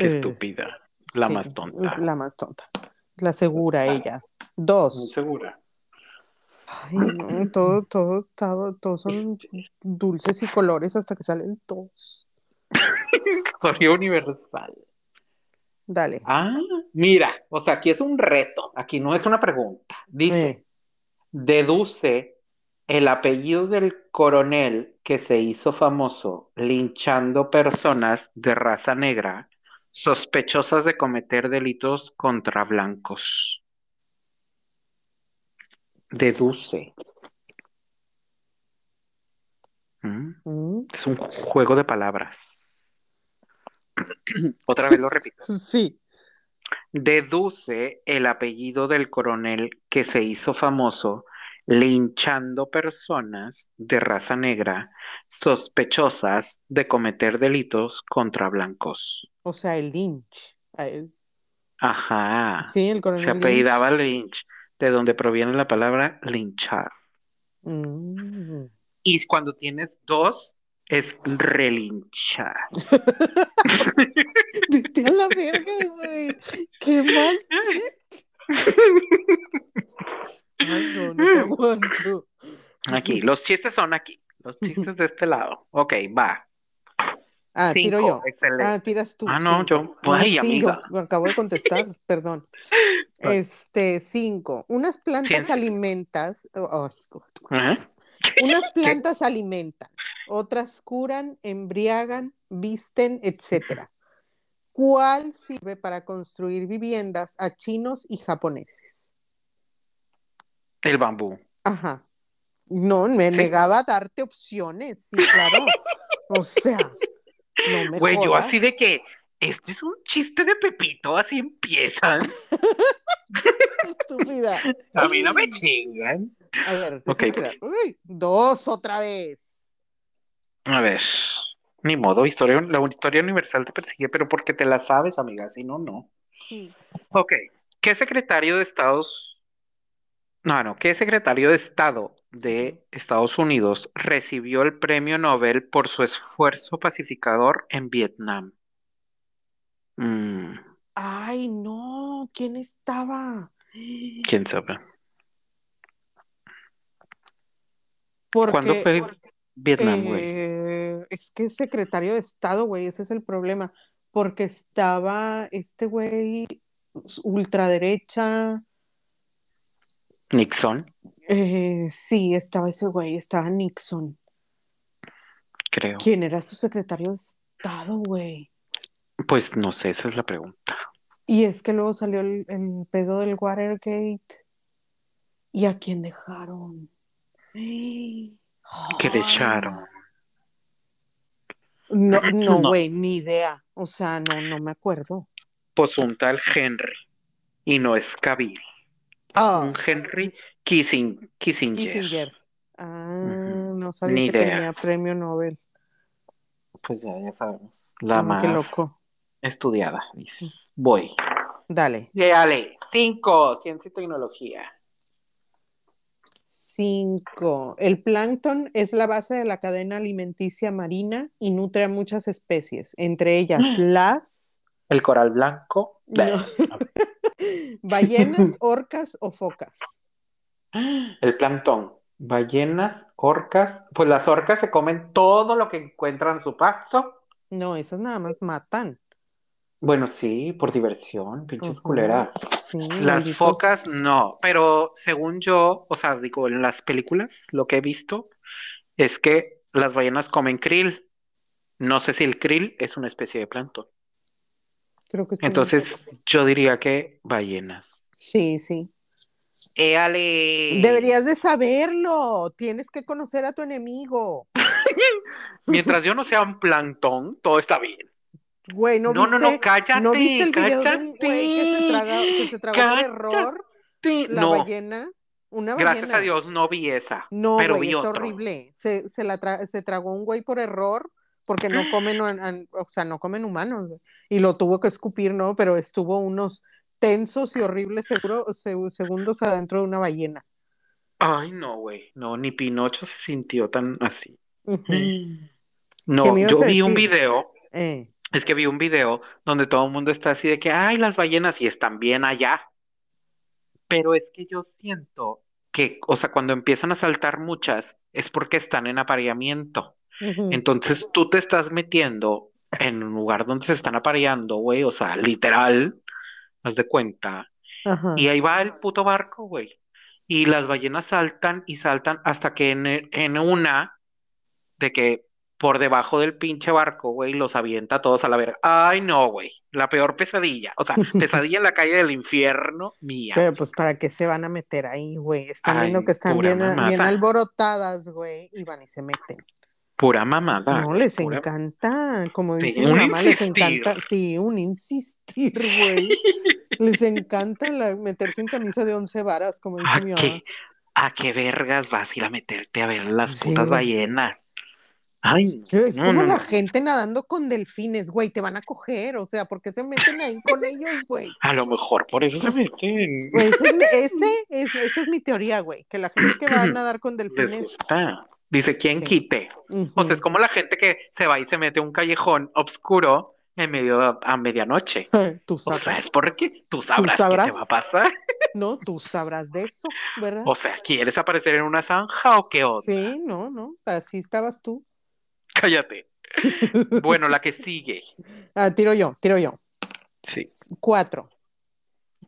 B: Eh, qué
A: Eh,
B: estúpida. La
A: sí,
B: más tonta. Ah.
A: La más tonta. La segura ella. Dos.
B: segura.
A: Ay, no, todo, todo, todo, todos son dulces y colores hasta que salen todos.
B: Historia universal.
A: Dale.
B: Ah, mira, o sea, aquí es un reto, aquí no es una pregunta. Dice,
A: Eh,
B: deduce el apellido del coronel que se hizo famoso linchando personas de raza negra sospechosas de cometer delitos contra blancos. Deduce. ¿Mm?
A: mm.
B: Es un juego de palabras. Otra vez lo repito.
A: Sí.
B: Deduce el apellido del coronel que se hizo famoso linchando personas de raza negra sospechosas de cometer delitos contra blancos.
A: O sea, el Lynch. A él.
B: Ajá.
A: Sí, el coronel
B: Ah, Se apellidaba Lynch, de donde proviene la palabra linchar.
A: Lynch. Mm.
B: Y cuando tienes dos, es relinchar.
A: Vete a la verga, güey. Qué mal chiste. Ay, no, no te aguanto.
B: Aquí, los chistes son aquí. Los chistes de este lado. Ok, va.
A: Ah, tiro
B: Cinco,
A: yo.
B: excelente.
A: Ah, tiras tú.
B: Ah, no,
A: sí.
B: yo.
A: No,
B: Ay,
A: sí,
B: amiga.
A: yo acabo de contestar, perdón.
B: Ay.
A: Este, cinco. Unas plantas
B: Ciencias.
A: alimentas. oh, oh,
B: Ajá.
A: unas plantas alimentan, otras curan, embriagan, visten, etcétera. ¿Cuál sirve para construir viviendas a chinos y japoneses?
B: El bambú.
A: Ajá. No, me
B: Sí.
A: negaba a darte opciones, sí, claro. O sea, no me
B: Güey, yo
A: jodas.
B: así de que. Este es un chiste de Pepito, así empiezan.
A: Estúpida.
B: A mí no me chingan.
A: A ver,
B: Ok.
A: déjame tirar. Uy, dos otra vez.
B: A ver. Ni modo, historia, la historia universal te persigue, pero porque te la sabes, amiga. Si no, no. Ok. ¿Qué secretario de Estados. No, no. ¿Qué secretario de Estado de Estados Unidos recibió el premio Nobel por su esfuerzo pacificador en Vietnam? Mm,
A: Ay, no, ¿quién estaba?
B: quién sabe.
A: Porque,
B: ¿Cuándo fue Vietnam, güey?
A: eh, es que es secretario de Estado, güey, ese es el problema. Porque estaba este güey pues, ultraderecha.
B: Nixon,
A: eh, sí, estaba ese güey, estaba Nixon.
B: creo.
A: ¿Quién era su secretario de Estado, güey?
B: Pues no sé, esa es la pregunta.
A: Y es que luego salió el, el pedo del Watergate. ¿Y a quién dejaron?
B: ¿Qué
A: ¿Qué
B: dejaron?
A: No, no,
B: No.
A: güey, ni idea. O sea, no, no me acuerdo.
B: Pues un tal Henry, y no es Cavill.
A: Ah,
B: Un Henry Kissing, Kissinger.
A: Kissinger. Ah,
B: Ujú.
A: no sabía
B: Ni
A: que
B: idea.
A: tenía premio Nobel.
B: Pues ya, ya sabemos. La
A: No,
B: más
A: qué loco.
B: estudiada. dices. Voy.
A: Dale.
B: Dale. Cinco, ciencia y tecnología.
A: Cinco. El plancton es la base de la cadena alimenticia marina y nutre a muchas especies, entre ellas las
B: El coral blanco.
A: No. Ballenas, orcas o focas.
B: El plancton. Ballenas, orcas. Pues las orcas se comen todo lo que encuentran en su pasto.
A: No, esas nada más matan.
B: Bueno, sí, por diversión, pinches
A: Ujú.
B: culeras.
A: Sí,
B: Las
A: malditos.
B: focas no, pero según yo, o sea, digo, en las películas lo que he visto es que las ballenas comen krill. No sé si el krill es una especie de plancton.
A: Creo que sí.
B: Entonces, yo diría que ballenas.
A: Sí, sí.
B: ¡Éale!
A: Deberías de saberlo. Tienes que conocer a tu enemigo.
B: Mientras yo no sea un plancton, todo está bien.
A: Güey, ¿no,
B: No, no,
A: viste?
B: no, cállate,
A: ¿no viste el video de un
B: cállate.
A: güey que se traga, que se tragó por
B: cállate.
A: error la
B: No,
A: ballena? Una ballena.
B: gracias a Dios no vi esa,
A: No,
B: pero
A: güey,
B: vi
A: está
B: otro.
A: horrible. Se, se la tra- se tragó un güey por error porque no comen, an- an- o sea, no comen humanos, güey. y lo tuvo que escupir, ¿no? Pero estuvo unos tensos y horribles seguro, se- segundos adentro de una ballena.
B: Ay, no, güey. No, ni Pinocho se sintió tan así.
A: Ujú. Mm. ¿Qué
B: No,
A: me ibas
B: yo
A: a
B: vi un
A: decir?
B: video,
A: Eh,
B: es que vi un video donde todo el mundo está así de que, ay, las ballenas y están bien allá. Pero es que yo siento que, o sea, cuando empiezan a saltar muchas, es porque están en apareamiento.
A: ujú.
B: Entonces tú te estás metiendo en un lugar donde se están apareando, güey, o sea, literal, haz de cuenta.
A: Ajá.
B: Y ahí va el puto barco, güey. Y las ballenas saltan y saltan hasta que en, e- en una, de que por debajo del pinche barco, güey, los avienta a todos a la verga. Ay, no, güey. La peor pesadilla. O sea, pesadilla en la calle del infierno mía.
A: Pero pues para qué se van a meter ahí, güey. Están
B: Ay,
A: viendo que están
B: pura
A: bien,
B: mamada.
A: bien alborotadas, güey, y van y se meten.
B: Pura mamada.
A: No, les
B: pura-
A: encanta, como
B: Sí,
A: dice
B: Ah, un
A: mi mamá, les
B: insistir.
A: encanta, sí, un insistir, güey. les encanta la- meterse en camisa de once varas, como dice
B: ¿A
A: mi mamá.
B: Ah, qué, a qué vergas vas a ir a meterte a ver las
A: Ah, Sí.
B: putas ballenas? Ay, no,
A: Es como
B: no,
A: la
B: no.
A: gente nadando con delfines, güey, te van a coger, o sea, ¿por qué se meten ahí con ellos, güey?
B: A lo mejor por eso se meten.
A: Güey, ese es mi- ese es- esa es mi teoría, güey, que la gente que va a nadar con
B: Les
A: delfines.
B: gusta. Dice, ¿quién
A: Sí.
B: quite? O
A: Mm.
B: sea, Pues es como la gente que se va y se mete a un callejón oscuro en medio a medianoche.
A: ujú. Tú
B: O
A: sabes.
B: sea, es porque tú sabrás,
A: sabrás.
B: qué te va a pasar.
A: No, tú sabrás de eso, ¿verdad?
B: O sea, ¿quieres aparecer en una zanja o qué onda?
A: Sí, no, no, así estabas tú.
B: Cállate. Bueno, la que sigue.
A: Ah, tiro yo, tiro yo.
B: Sí.
A: Cuatro.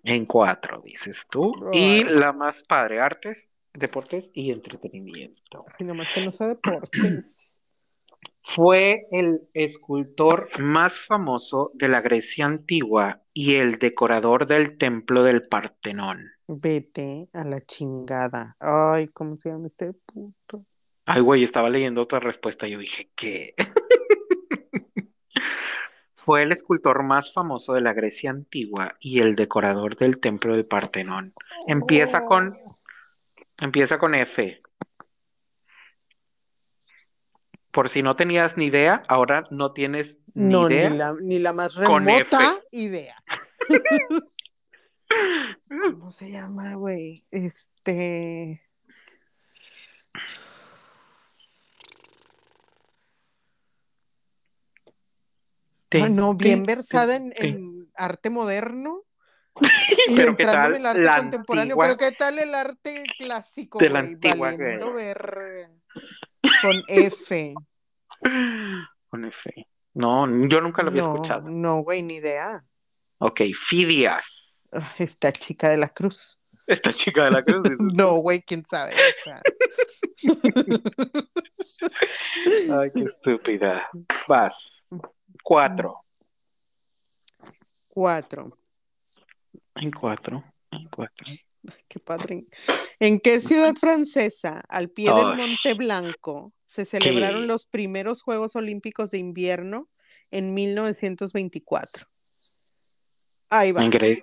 B: En cuatro, dices tú.
A: Ay.
B: Y la más padre, artes, deportes y entretenimiento.
A: Ay, nomás que no sea deportes.
B: Fue el escultor más famoso de la Grecia antigua y el decorador del templo del Partenón.
A: Vete a la chingada. Ay, ¿cómo se llama este puto?
B: Ay, güey, estaba leyendo otra respuesta y yo dije, ¿qué? Fue el escultor más famoso de la Grecia antigua y el decorador del templo del Partenón. Empieza
A: Oh.
B: con, empieza con F. Por si no tenías ni idea, ahora no tienes ni
A: No,
B: idea.
A: ni la, ni la más
B: Con F.
A: remota idea. ¿Cómo se llama, güey? Este.
B: Te-
A: Ay, no,
B: te-
A: bien versada en,
B: te-
A: en arte moderno. Y
B: Pero ¿qué
A: entrando
B: tal
A: en el arte
B: la
A: contemporáneo,
B: antigua?
A: pero ¿qué tal el arte clásico?
B: De la
A: güey?
B: antigua
A: Valiendo
B: Grecia.
A: verga. Con F.
B: Con F. No, yo nunca lo había
A: no,
B: escuchado.
A: No, güey, ni idea.
B: Ok, Fidias.
A: Ah, Esta chica de la cruz.
B: Esta chica de la cruz. dices,
A: No, güey, quién sabe. O sea,
B: Ay, qué estúpida. Vas. Cuatro.
A: cuatro.
B: En cuatro. En cuatro.
A: Qué padre. ¿En qué ciudad francesa, al pie del
B: Ay.
A: Monte Blanco, se celebraron
B: ¿Qué?
A: los primeros Juegos Olímpicos de invierno en 1924? Ahí va.
B: En Gre-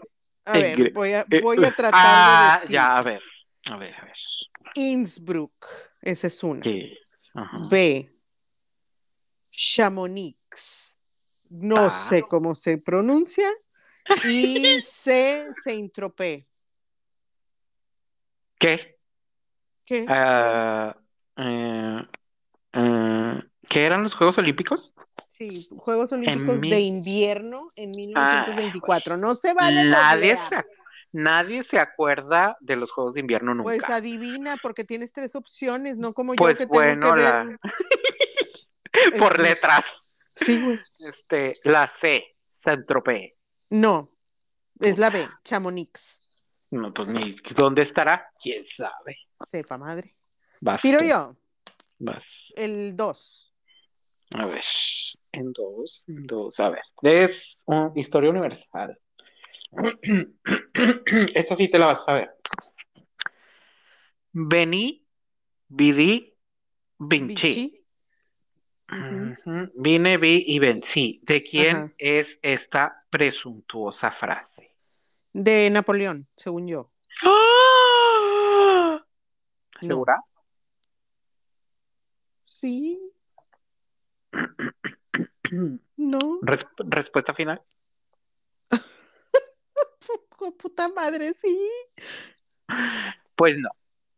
A: A
B: en
A: ver,
B: Gre-
A: voy a,
B: eh,
A: voy a tratar
B: Ah,
A: de decir
B: ya, a ver. A ver, a ver.
A: Innsbruck. Esa es una.
B: ¿Qué? Ajá.
A: B. Chamonix. No
B: Ah.
A: sé cómo se pronuncia. Y C. Saint-Tropez.
B: ¿Qué?
A: ¿Qué?
B: Ah, eh, eh, ¿Qué eran los Juegos Olímpicos?
A: Sí, Juegos Olímpicos
B: mil-
A: de Invierno en 1924.
B: Ah.
A: no se vale
B: Nadie
A: googlear.
B: se, ac- nadie se acuerda de los Juegos de Invierno nunca.
A: Pues adivina, porque tienes tres opciones, no como
B: Pues
A: yo que
B: bueno,
A: tengo que
B: la-
A: ver. Eh,
B: Por
A: pues,
B: letras.
A: Sí, güey.
B: Este, la C, Saint-Tropez.
A: No, es la B, Chamonix.
B: No, pues ni dónde estará, quién sabe.
A: Sepa madre.
B: Vas
A: Tiro
B: tú,
A: yo,
B: vas.
A: el 2.
B: A ver. En dos, en dos. A ver. Es un- historia universal. Esta sí te la vas a ver. Vení, vidí, vinci.
A: Vichy. Ujú.
B: Ujú. Vine, vi y vencí. ¿De quién
A: Ajá.
B: es esta presuntuosa frase?
A: De Napoleón, según yo. No.
B: ¿Segura?
A: Sí. No,
B: Res- respuesta final.
A: pu- puta madre, sí.
B: Pues no,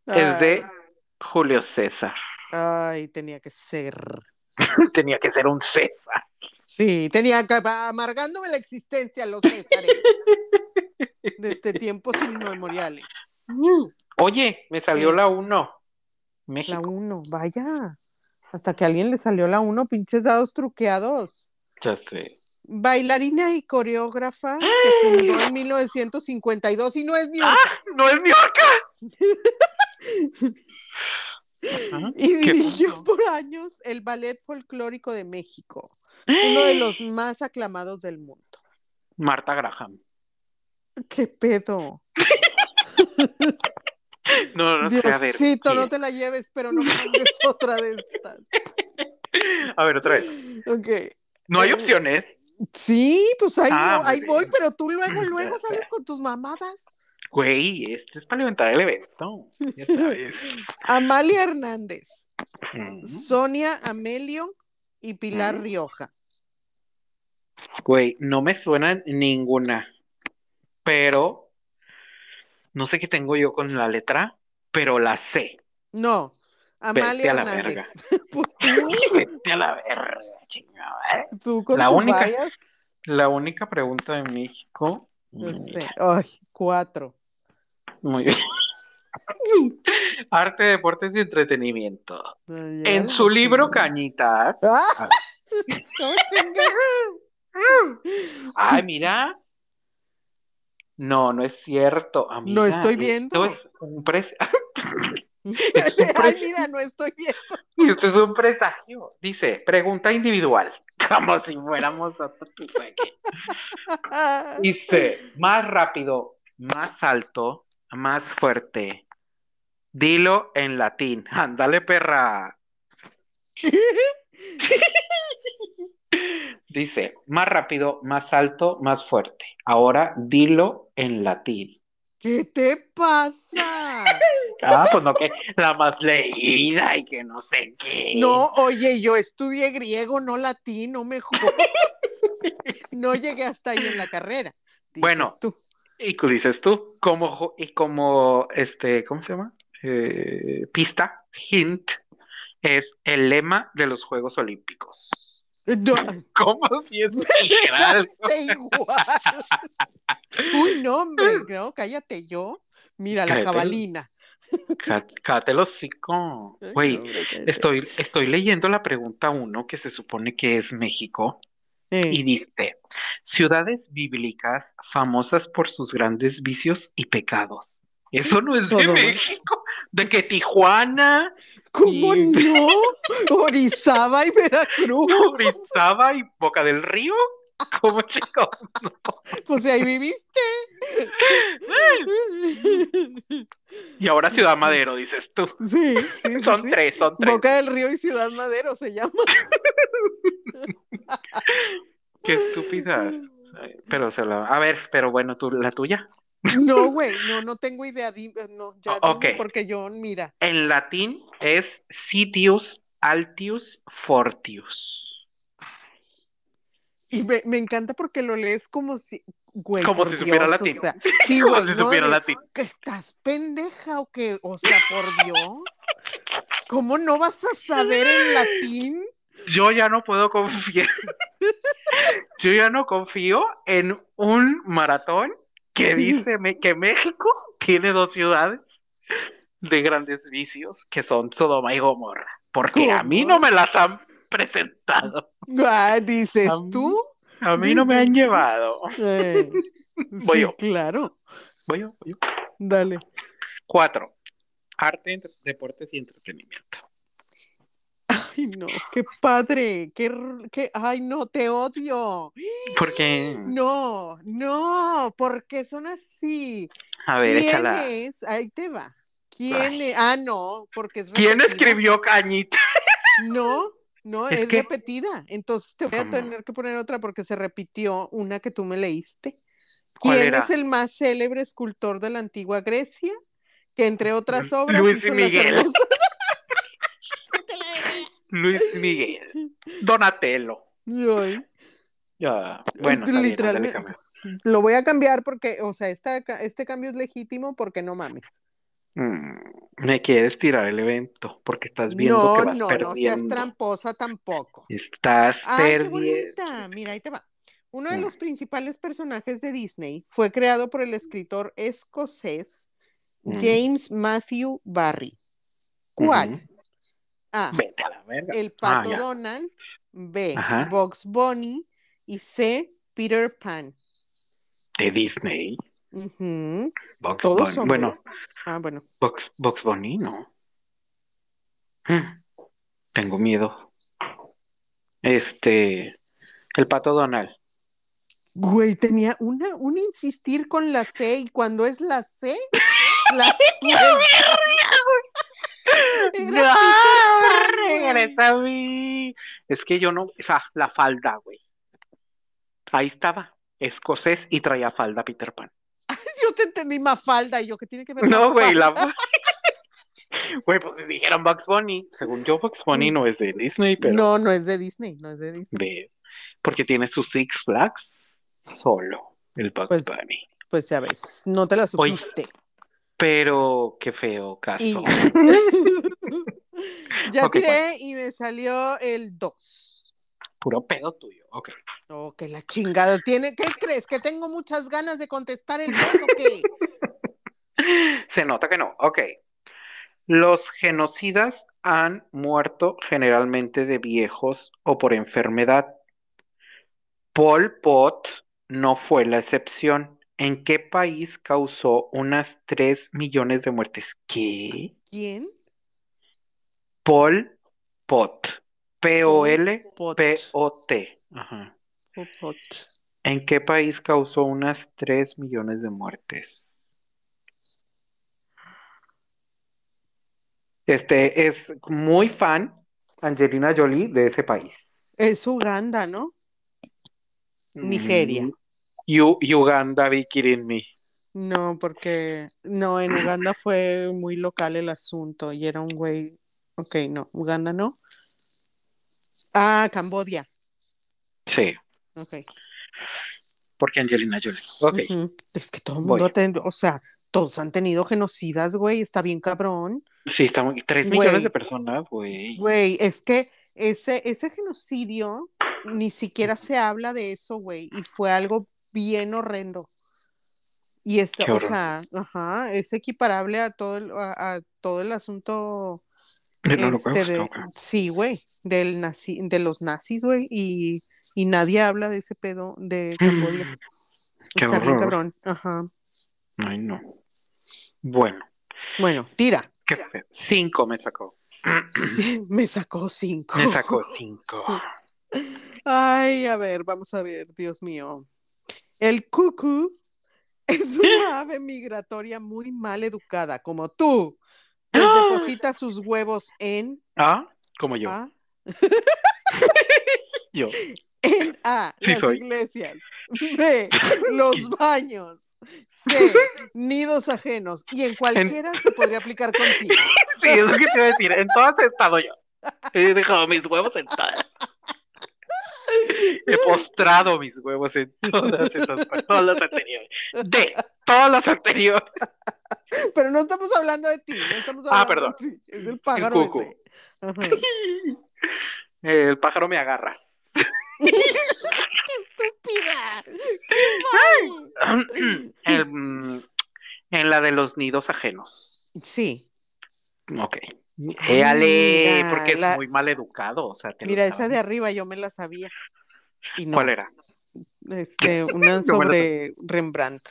B: es de
A: Ah.
B: Julio César.
A: Ay, tenía que ser.
B: Tenía que ser un César.
A: Sí, tenía que amargándome la existencia los Césares. este Desde tiempos inmemoriales.
B: Mm. Oye, me salió
A: Sí.
B: la 1.
A: Eh. La
B: México.
A: 1, vaya. Hasta que a alguien le salió la 1, pinches dados truqueados.
B: Ya sé.
A: Bailarina y coreógrafa que fundó en 1952 y no es ni un-
B: No es mi orca. Ajá.
A: y
B: qué
A: dirigió
B: bonito.
A: por años el Ballet Folclórico de México, uno de los más aclamados del mundo.
B: Marta Graham.
A: ¿Qué pedo?
B: No, no sé, a ver.
A: Diosito, no
B: ¿qué?
A: te la lleves, pero no me mandes otra de estas.
B: A ver, otra vez.
A: Ok.
B: No hay
A: Eh,
B: opciones.
A: Sí, pues ahí,
B: Ah, muy
A: ahí voy,
B: bien.
A: pero tú luego, luego sales con tus mamadas.
B: Güey, este es para levantar el evento. Ya sabes.
A: Amalia Hernández,
B: Mm.
A: Sonia Amelio y Pilar Rioja.
B: Güey, no me suena ninguna. Pero no sé qué tengo yo con la letra, pero la sé.
A: No,
B: Vete
A: Amalia
B: a la
A: Hernández.
B: verga.
A: Pues tú,
B: Vete a la verga, chingada.
A: tú con
B: La
A: tus
B: única.
A: vallas.
B: La única pregunta de México. mm,
A: No sé. Ay, cuatro.
B: Muy bien. Arte, deportes y entretenimiento.
A: Ay, ya.
B: En su libro Cañitas.
A: Ah, no, chinga.
B: Ay, mira. No, no es cierto, amiga.
A: No estoy
B: Esto
A: viendo.
B: es un pres-
A: Ay, mira, no estoy bien.
B: Esto es un presagio. Dice, pregunta individual. Como si fuéramos otros aquí. Ah. Dice, más rápido, más alto, más fuerte. Dilo en latín. Ándale, perra. Dice, más rápido, más alto, más fuerte. Ahora dilo en latín.
A: ¿Qué te pasa?
B: Ah, pues no, que la más leída y que no sé qué.
A: No, oye, yo estudié griego, no latín, no me jodas. No llegué hasta ahí en la carrera. dices
B: Bueno.
A: tú.
B: Y cu- dices tú, como, ju- y como, este, ¿cómo se llama? Eh, pista, hint, es el lema de los Juegos Olímpicos.
A: No,
B: ¿Cómo si es literal?
A: hazte igual. Uy, no, hombre, no, cállate yo. Mira, la
B: Cállate.
A: jabalina.
B: Cá- Cállate el hocico. Güey, estoy, estoy leyendo la pregunta uno que se supone que es México. y
A: Eh,
B: dice, ciudades bíblicas famosas por sus grandes vicios y pecados. Eso no es de
A: Sodoma.
B: México, de que Tijuana,
A: ¿Cómo
B: y-
A: no? Orizaba y Veracruz.
B: Orizaba y Boca del Río. ¿Cómo chico?
A: Pues ahí viviste.
B: Y ahora Ciudad Madero, dices tú.
A: Sí, sí, sí,
B: Son
A: sí.
B: tres, son tres.
A: Boca del Río y Ciudad Madero se llama.
B: Qué estúpidas. Ay, Pero se la... A ver, pero bueno, tú, la tuya.
A: No, güey, no, no tengo idea. di- eh, No, ya
B: O-
A: dime,
B: ok.
A: porque yo, mira,
B: En latín es sitius altius fortius.
A: y me, me encanta porque lo lees como si, güey,
B: Como
A: por
B: si supiera
A: Dios,
B: latín.
A: O sea, sí,
B: Como
A: güey,
B: si
A: no,
B: supiera
A: de-
B: latín.
A: que estás pendeja o que, o sea, por Dios, ¿cómo no vas a saber el latín?
B: Yo ya no puedo confiar. Yo ya no confío en un maratón que dice me- que México tiene dos ciudades de grandes vicios que son Sodoma y Gomorra, porque a mí
A: ¿Cómo?
B: no me las han presentado,
A: Ah, dices
B: Am-
A: tú.
B: a mí no me han llevado.
A: Eh,
B: Voy
A: sí,
B: yo.
A: claro.
B: Voy yo, voy yo.
A: Dale.
B: Cuatro. Arte, entre- deportes y entretenimiento.
A: Ay, no, qué padre, qué, r- qué, ay, no, te odio.
B: Porque,
A: No, no, porque son así.
B: a ver,
A: ¿Quién
B: échala.
A: es? Ahí te va. ¿Quién es? Ah, no, porque es
B: ¿Quién
A: repetida.
B: escribió Cañita?
A: No, no,
B: Es
A: es,
B: que-
A: repetida. Entonces te voy a
B: ¿Cómo?
A: tener que poner otra porque se repitió una que tú me leíste.
B: ¿Cuál
A: ¿Quién
B: era?
A: es el más célebre escultor de la antigua Grecia? Que entre otras obras
B: Luis
A: hizo las
B: Miguel.
A: hermosas-
B: Luis Miguel. Donatello.
A: Ay.
B: Ya, bueno, está bien,
A: Literal,
B: ándale,
A: me-
B: cambia.
A: Lo voy a cambiar porque, o sea, esta, ca- este cambio es legítimo porque no mames.
B: Mm, me quieres tirar el evento porque estás viendo
A: No,
B: que vas
A: no, no seas
B: perdiendo.
A: tramposa tampoco.
B: Estás
A: ¡Ay, qué
B: perdiendo.
A: bonita! Mira, ahí te va. Uno de
B: Mm.
A: los principales personajes de Disney fue creado por el escritor escocés
B: Mm.
A: James Matthew Barry. ¿Cuál?
B: Ujú.
A: A.
B: Vete a la verga.
A: El
B: Ah,
A: Pato
B: ya.
A: Donald. B.
B: Ajá.
A: Box Bunny. Y C. Peter Pan.
B: De Disney.
A: Ujú.
B: Box
A: Todos
B: Bunny.
A: son,
B: Bueno,
A: Ah, bueno.
B: Box, Box Bunny, no. Mm, Tengo miedo. Este. El pato Donald.
A: Güey, tenía una, un insistir con la C y cuando es la C, la sueltas. Era
B: ¡No!
A: güey.
B: ¡Ah! Regresa a mí. Es que yo no. O sea, la falda, güey. Ahí estaba. Escocés y traía falda Peter Pan.
A: Yo te entendí Mafalda y yo, ¿qué tiene que ver
B: No, güey,
A: Mafalda?
B: la. Güey, pues si dijeron Bugs Bunny. Según yo, Bugs Bunny no es de Disney, pero.
A: Mm. No, no es de Disney, no es de Disney.
B: de- Porque tiene sus Six Flags solo, el Bugs
A: Pues-
B: Bunny.
A: Pues ya ves, no te la
B: Oye.
A: supiste.
B: Pero qué feo caso.
A: Y- ya
B: Ok,
A: tiré y me salió el 2.
B: Puro pedo tuyo. Ok.
A: Oh, que la chingada tiene. ¿Qué crees? ¿Que tengo muchas ganas de contestar el 2 o qué?
B: Se nota que no. Ok. Los genocidas han muerto generalmente de viejos o por enfermedad. Pol Pot no fue la excepción. ¿En qué país causó unas 3 millones de muertes? ¿Qué?
A: ¿Quién?
B: Pol Pot. P-O-L
A: Pot.
B: P-O-T. Ajá.
A: Popot.
B: ¿En qué país causó unas 3 millones de muertes? Este es muy fan Angelina Jolie de ese país.
A: Es Uganda, ¿no? Nigeria.
B: Mm, You, Uganda, be kidding me.
A: No, porque no, en Uganda fue muy local el asunto y era un güey. Ok, no, Uganda no. Ah, Cambodia.
B: Sí,
A: Ok.
B: porque Angelina Jolie. Ok,
A: Ujú. Es que todo el
B: Voy.
A: mundo, ha tenido- o sea, todos han tenido genocidas, güey, está bien cabrón.
B: sí, estamos 3
A: Güey.
B: millones de personas, güey.
A: Güey, es que ese, ese genocidio ni siquiera se habla de eso, güey, y fue algo bien horrendo. Y esto,
B: Qué
A: o
B: horror.
A: sea, ajá, es equiparable a todo el, a, a todo el asunto,
B: Del
A: este,
B: Holocausto,
A: de-
B: güey.
A: sí, güey, del nazi, de los nazis, güey, y, y nadie habla de ese pedo de Cambodia.
B: Mm, Qué
A: Está bien
B: horror.
A: cabrón, ajá.
B: Ay, no. Bueno,
A: Bueno, tira.
B: qué feo. 5 me sacó.
A: Sí, me sacó cinco.
B: Me sacó 5.
A: Ay, a ver, vamos a ver, Dios mío. El cucú es una ave migratoria muy mal educada, como tú. Pues
B: Ah.
A: deposita sus huevos en
B: Ah, como yo.
A: A,
B: Yo.
A: en A,
B: Sí
A: las
B: soy.
A: iglesias, B, los baños, C, nidos ajenos, y en cualquiera se podría aplicar contigo.
B: Sí, es lo que te iba a decir. En todas he estado yo. He dejado mis huevos en todas. He postrado mis huevos en todas esas todas las anteriores. De todas las anteriores.
A: Pero no estamos hablando de ti, no estamos
B: Ah,
A: hablando
B: perdón.
A: de ti, es el pájaro
B: cucú.
A: ese. Ajá.
B: El pájaro me agarras.
A: ¡Estúpida!
B: El, mm, en la de los nidos ajenos.
A: Sí.
B: Ok.
A: Ay,
B: Éale,
A: Ah, mira,
B: porque es
A: la-
B: muy mal educado. O sea, te lo
A: Mira,
B: estaba
A: esa de arriba yo me la sabía. Y no,
B: ¿Cuál era?
A: Este, una
B: Yo me la
A: sobre Rembrandt.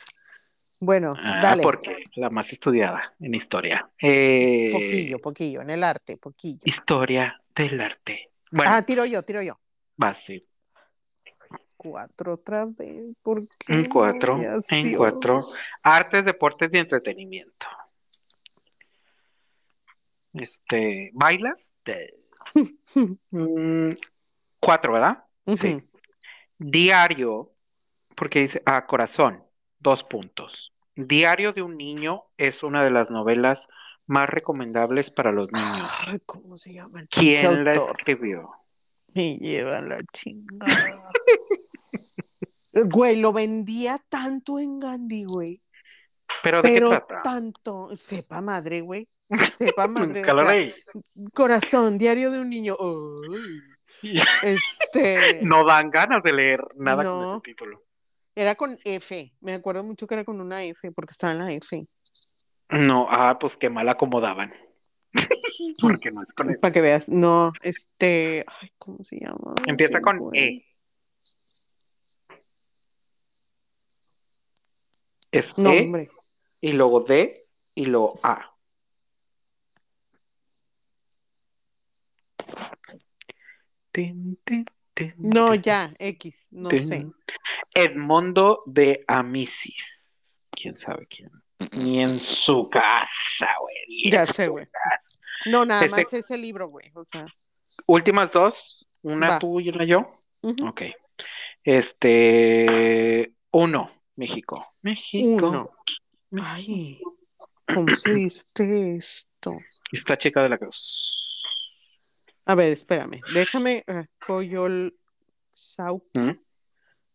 A: Bueno,
B: Ah,
A: dale.
B: porque la más estudiada en historia. Eh,
A: Poquillo, poquillo, en el arte, poquillo.
B: Historia del arte. Bueno,
A: Ah, tiro yo, tiro yo.
B: va, sí.
A: Cuatro otra vez. ¿Por qué
B: En cuatro,
A: odias,
B: en
A: Dios?
B: cuatro. Artes, deportes y entretenimiento. Este, ¿bailas? Te- Mm, cuatro, ¿verdad?
A: Ujú.
B: Sí. Diario, porque dice, ah, corazón, dos puntos. Diario de un niño es una de las novelas más recomendables para los niños.
A: Ay, ¿cómo se llama? el pinche
B: Ah. ¿Quién la
A: Ah, autor?
B: escribió?
A: Me lleva la chingada. Güey, lo vendía tanto en Gandhi, güey.
B: Pero ¿de
A: Pero
B: qué trata?
A: tanto, sepa madre, güey. Sepa madre. o
B: Nunca lo
A: sea,
B: leí.
A: corazón, diario de un niño. Uy. Este,
B: No dan ganas de leer nada
A: No.
B: con ese título.
A: era con F. Me acuerdo mucho que era con una F, porque estaba en la F.
B: No, ah, pues qué mal acomodaban. Porque no es con E.
A: Para que veas. No, este, ay, ¿cómo se llama?
B: Empieza con
A: Güey.
B: E. Es
A: No,
B: E
A: hombre.
B: y luego D y luego A. Tin, tin, tin,
A: No,
B: tin.
A: ya, X, no
B: Tin.
A: sé.
B: Edmondo de Amisis. ¿Quién sabe quién? Ni en su casa, güey. ni en
A: Ya
B: su
A: sé, güey.
B: casa.
A: No, nada
B: Este-
A: más ese libro, güey. O sea.
B: Últimas dos. Una
A: Va.
B: tú y una yo.
A: ujú.
B: Ok. Este. Uno. México. México.
A: Uno. Ay,
B: México.
A: ¿cómo se dice esto?
B: Esta chica de la cruz.
A: A ver, espérame. Déjame. eh, Coyol Sau-
B: ¿Mm?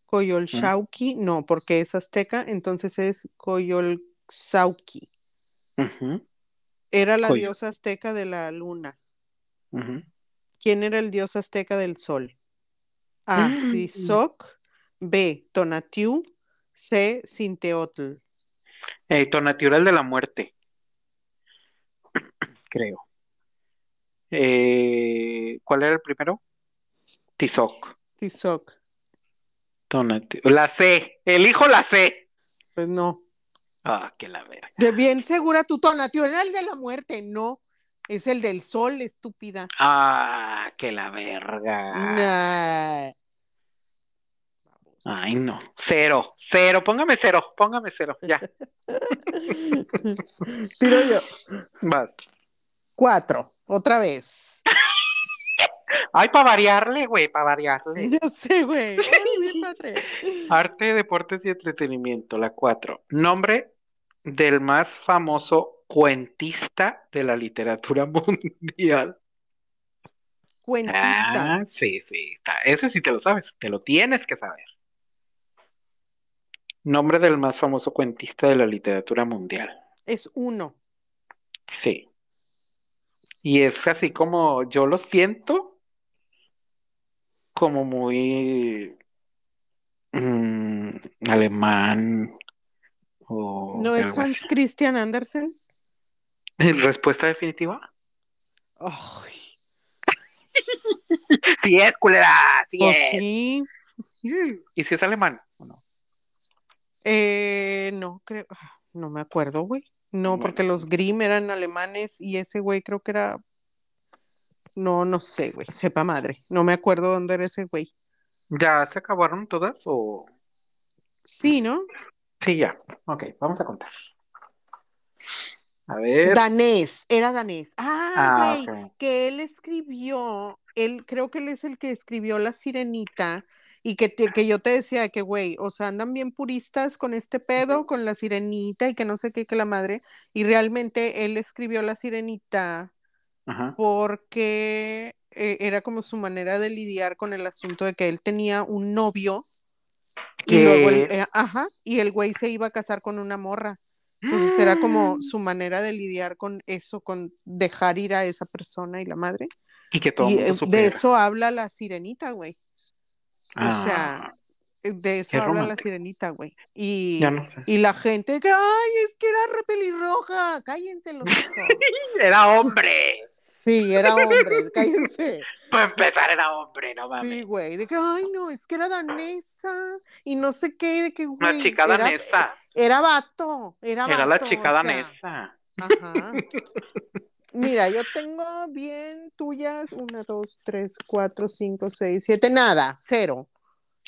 A: Coyol Shauki. No, porque es azteca, entonces es Coyol Sauki.
B: Ujú,
A: Era la
B: Coyol.
A: diosa azteca de la luna.
B: ujú.
A: ¿Quién era el dios azteca del sol? A.
B: Mm.
A: Tizoc. B. Tonatiuh. C. Sinteotl.
B: Eh, Tonatiuh era el de la muerte. Creo. Eh, ¿cuál era el primero? Tizoc.
A: Tizoc.
B: Tonatiuh. La C. Elijo la C.
A: Pues no.
B: Ah, que la verga.
A: De bien segura tu Tonatiuh era el de la muerte, no. Es el del sol, estúpida.
B: Ah, que la verga.
A: Nah.
B: Ay, no. Cero. Cero. Póngame cero. Póngame cero. Ya.
A: Tiro yo.
B: Vas.
A: Cuatro, otra vez.
B: Ay, para variarle, güey, para variarle.
A: Ya sé, güey. Ay, bien padre.
B: Arte, deportes y entretenimiento, la 4. Nombre del más famoso cuentista de la literatura mundial.
A: Cuentista.
B: Ah, sí, sí, está. Ese sí te lo sabes, te lo tienes que saber. Nombre del más famoso cuentista de la literatura mundial.
A: Es uno.
B: Sí. Y es así como yo lo siento, como muy mm, alemán o
A: ¿No
B: de
A: es
B: algo así.
A: Hans Christian Andersen?
B: ¿Respuesta definitiva?
A: Ay,
B: Sí es, culera, sí
A: pues
B: es.
A: sí.
B: ¿Y si es alemán o no?
A: Eh, no creo. ah, No me acuerdo, güey. No,
B: Bueno.
A: porque los Grimm eran alemanes y ese güey creo que era. No, no sé, güey. Sepa madre. No me acuerdo dónde era ese güey.
B: ¿Ya se acabaron todas o...?
A: Sí, ¿no?
B: Sí, ya. Ok, vamos a contar. A ver.
A: Danés, era danés. Ah,
B: Ah,
A: güey.
B: ok.
A: que él escribió, él creo que él es el que escribió La Sirenita y que, te- que yo te decía que, güey, o sea, andan bien puristas con este pedo, con La Sirenita y que no sé qué, que la madre, y realmente él escribió La Sirenita
B: Ajá.
A: porque eh, era como su manera de lidiar con el asunto de que él tenía un novio y
B: Que-
A: luego el, eh, ajá, y el güey se iba a casar con una morra. Entonces era
B: ¡Ah!
A: como su manera de lidiar con eso, con dejar ir a esa persona y la madre.
B: Y que todo el
A: Y,
B: mundo
A: eh, de
B: supiera.
A: eso habla la sirenita, güey.
B: Ah,
A: sea, Eh, De eso
B: Qué
A: habla la
B: romántico.
A: sirenita, güey. Y,
B: ya no sé.
A: y la gente que, ay, es que era re pelirroja, cállense los hijos".
B: Era hombre.
A: Sí, era hombre, cállense.
B: Para empezar era hombre, no mames.
A: Sí, güey, de que, ay, no, es que era danesa y no sé qué, de que,
B: Una
A: güey,
B: chica
A: era,
B: danesa.
A: Era vato, era
B: Era,
A: vato.
B: la
A: o
B: chica
A: sea,
B: danesa.
A: Ajá. Mira, yo tengo bien tuyas, una, dos, tres, cuatro, cinco, seis, siete, nada, cero.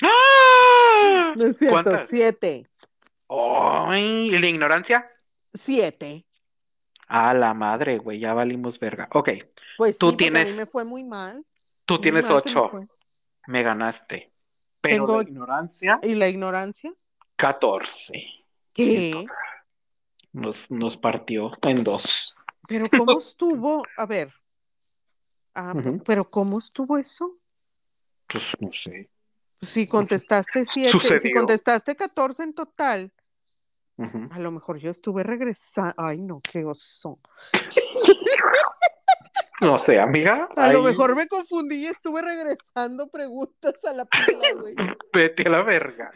B: ¡Ah!
A: No es cierto,
B: ¿Cuántas?
A: siete.
B: ¡Ay! ¿Y la ignorancia?
A: Siete.
B: A la madre, güey, ya valimos verga. Ok,
A: Pues
B: Tú
A: sí, porque a
B: tienes-
A: mí me fue muy mal.
B: tú
A: muy
B: tienes
A: mal que me
B: ocho.
A: fue.
B: Me ganaste. Pero
A: Tengo-
B: la ignorancia,
A: ¿Y la ignorancia?
B: 14.
A: ¿Qué?
B: Nos, nos partió en dos.
A: ¿Pero cómo estuvo? A ver. Ah,
B: Ujú.
A: ¿Pero cómo estuvo eso?
B: Pues no sé.
A: Si contestaste siete, si
B: Sucedió.
A: contestaste 14 en total,
B: Ujú.
A: a lo mejor yo estuve regresando. Ay, no, qué oso.
B: No sé, amiga.
A: A lo
B: ahí
A: mejor me confundí y estuve regresando preguntas a la pila, güey.
B: Vete a la verga.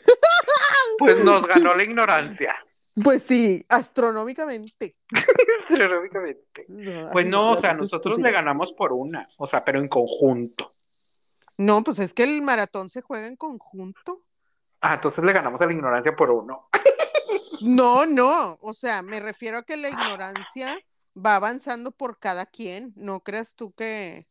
B: Pues nos ganó la ignorancia.
A: Pues sí, astronómicamente.
B: Teóricamente.
A: No,
B: Pues
A: ay,
B: no, o
A: las
B: sea, nosotros le
A: estúpidas.
B: ganamos por una, o sea, pero en conjunto.
A: No, pues es que el maratón se juega en conjunto.
B: Ah, entonces le ganamos a la ignorancia por uno.
A: No, no, o sea, me refiero a que la ignorancia va avanzando por cada quien, no creas tú que,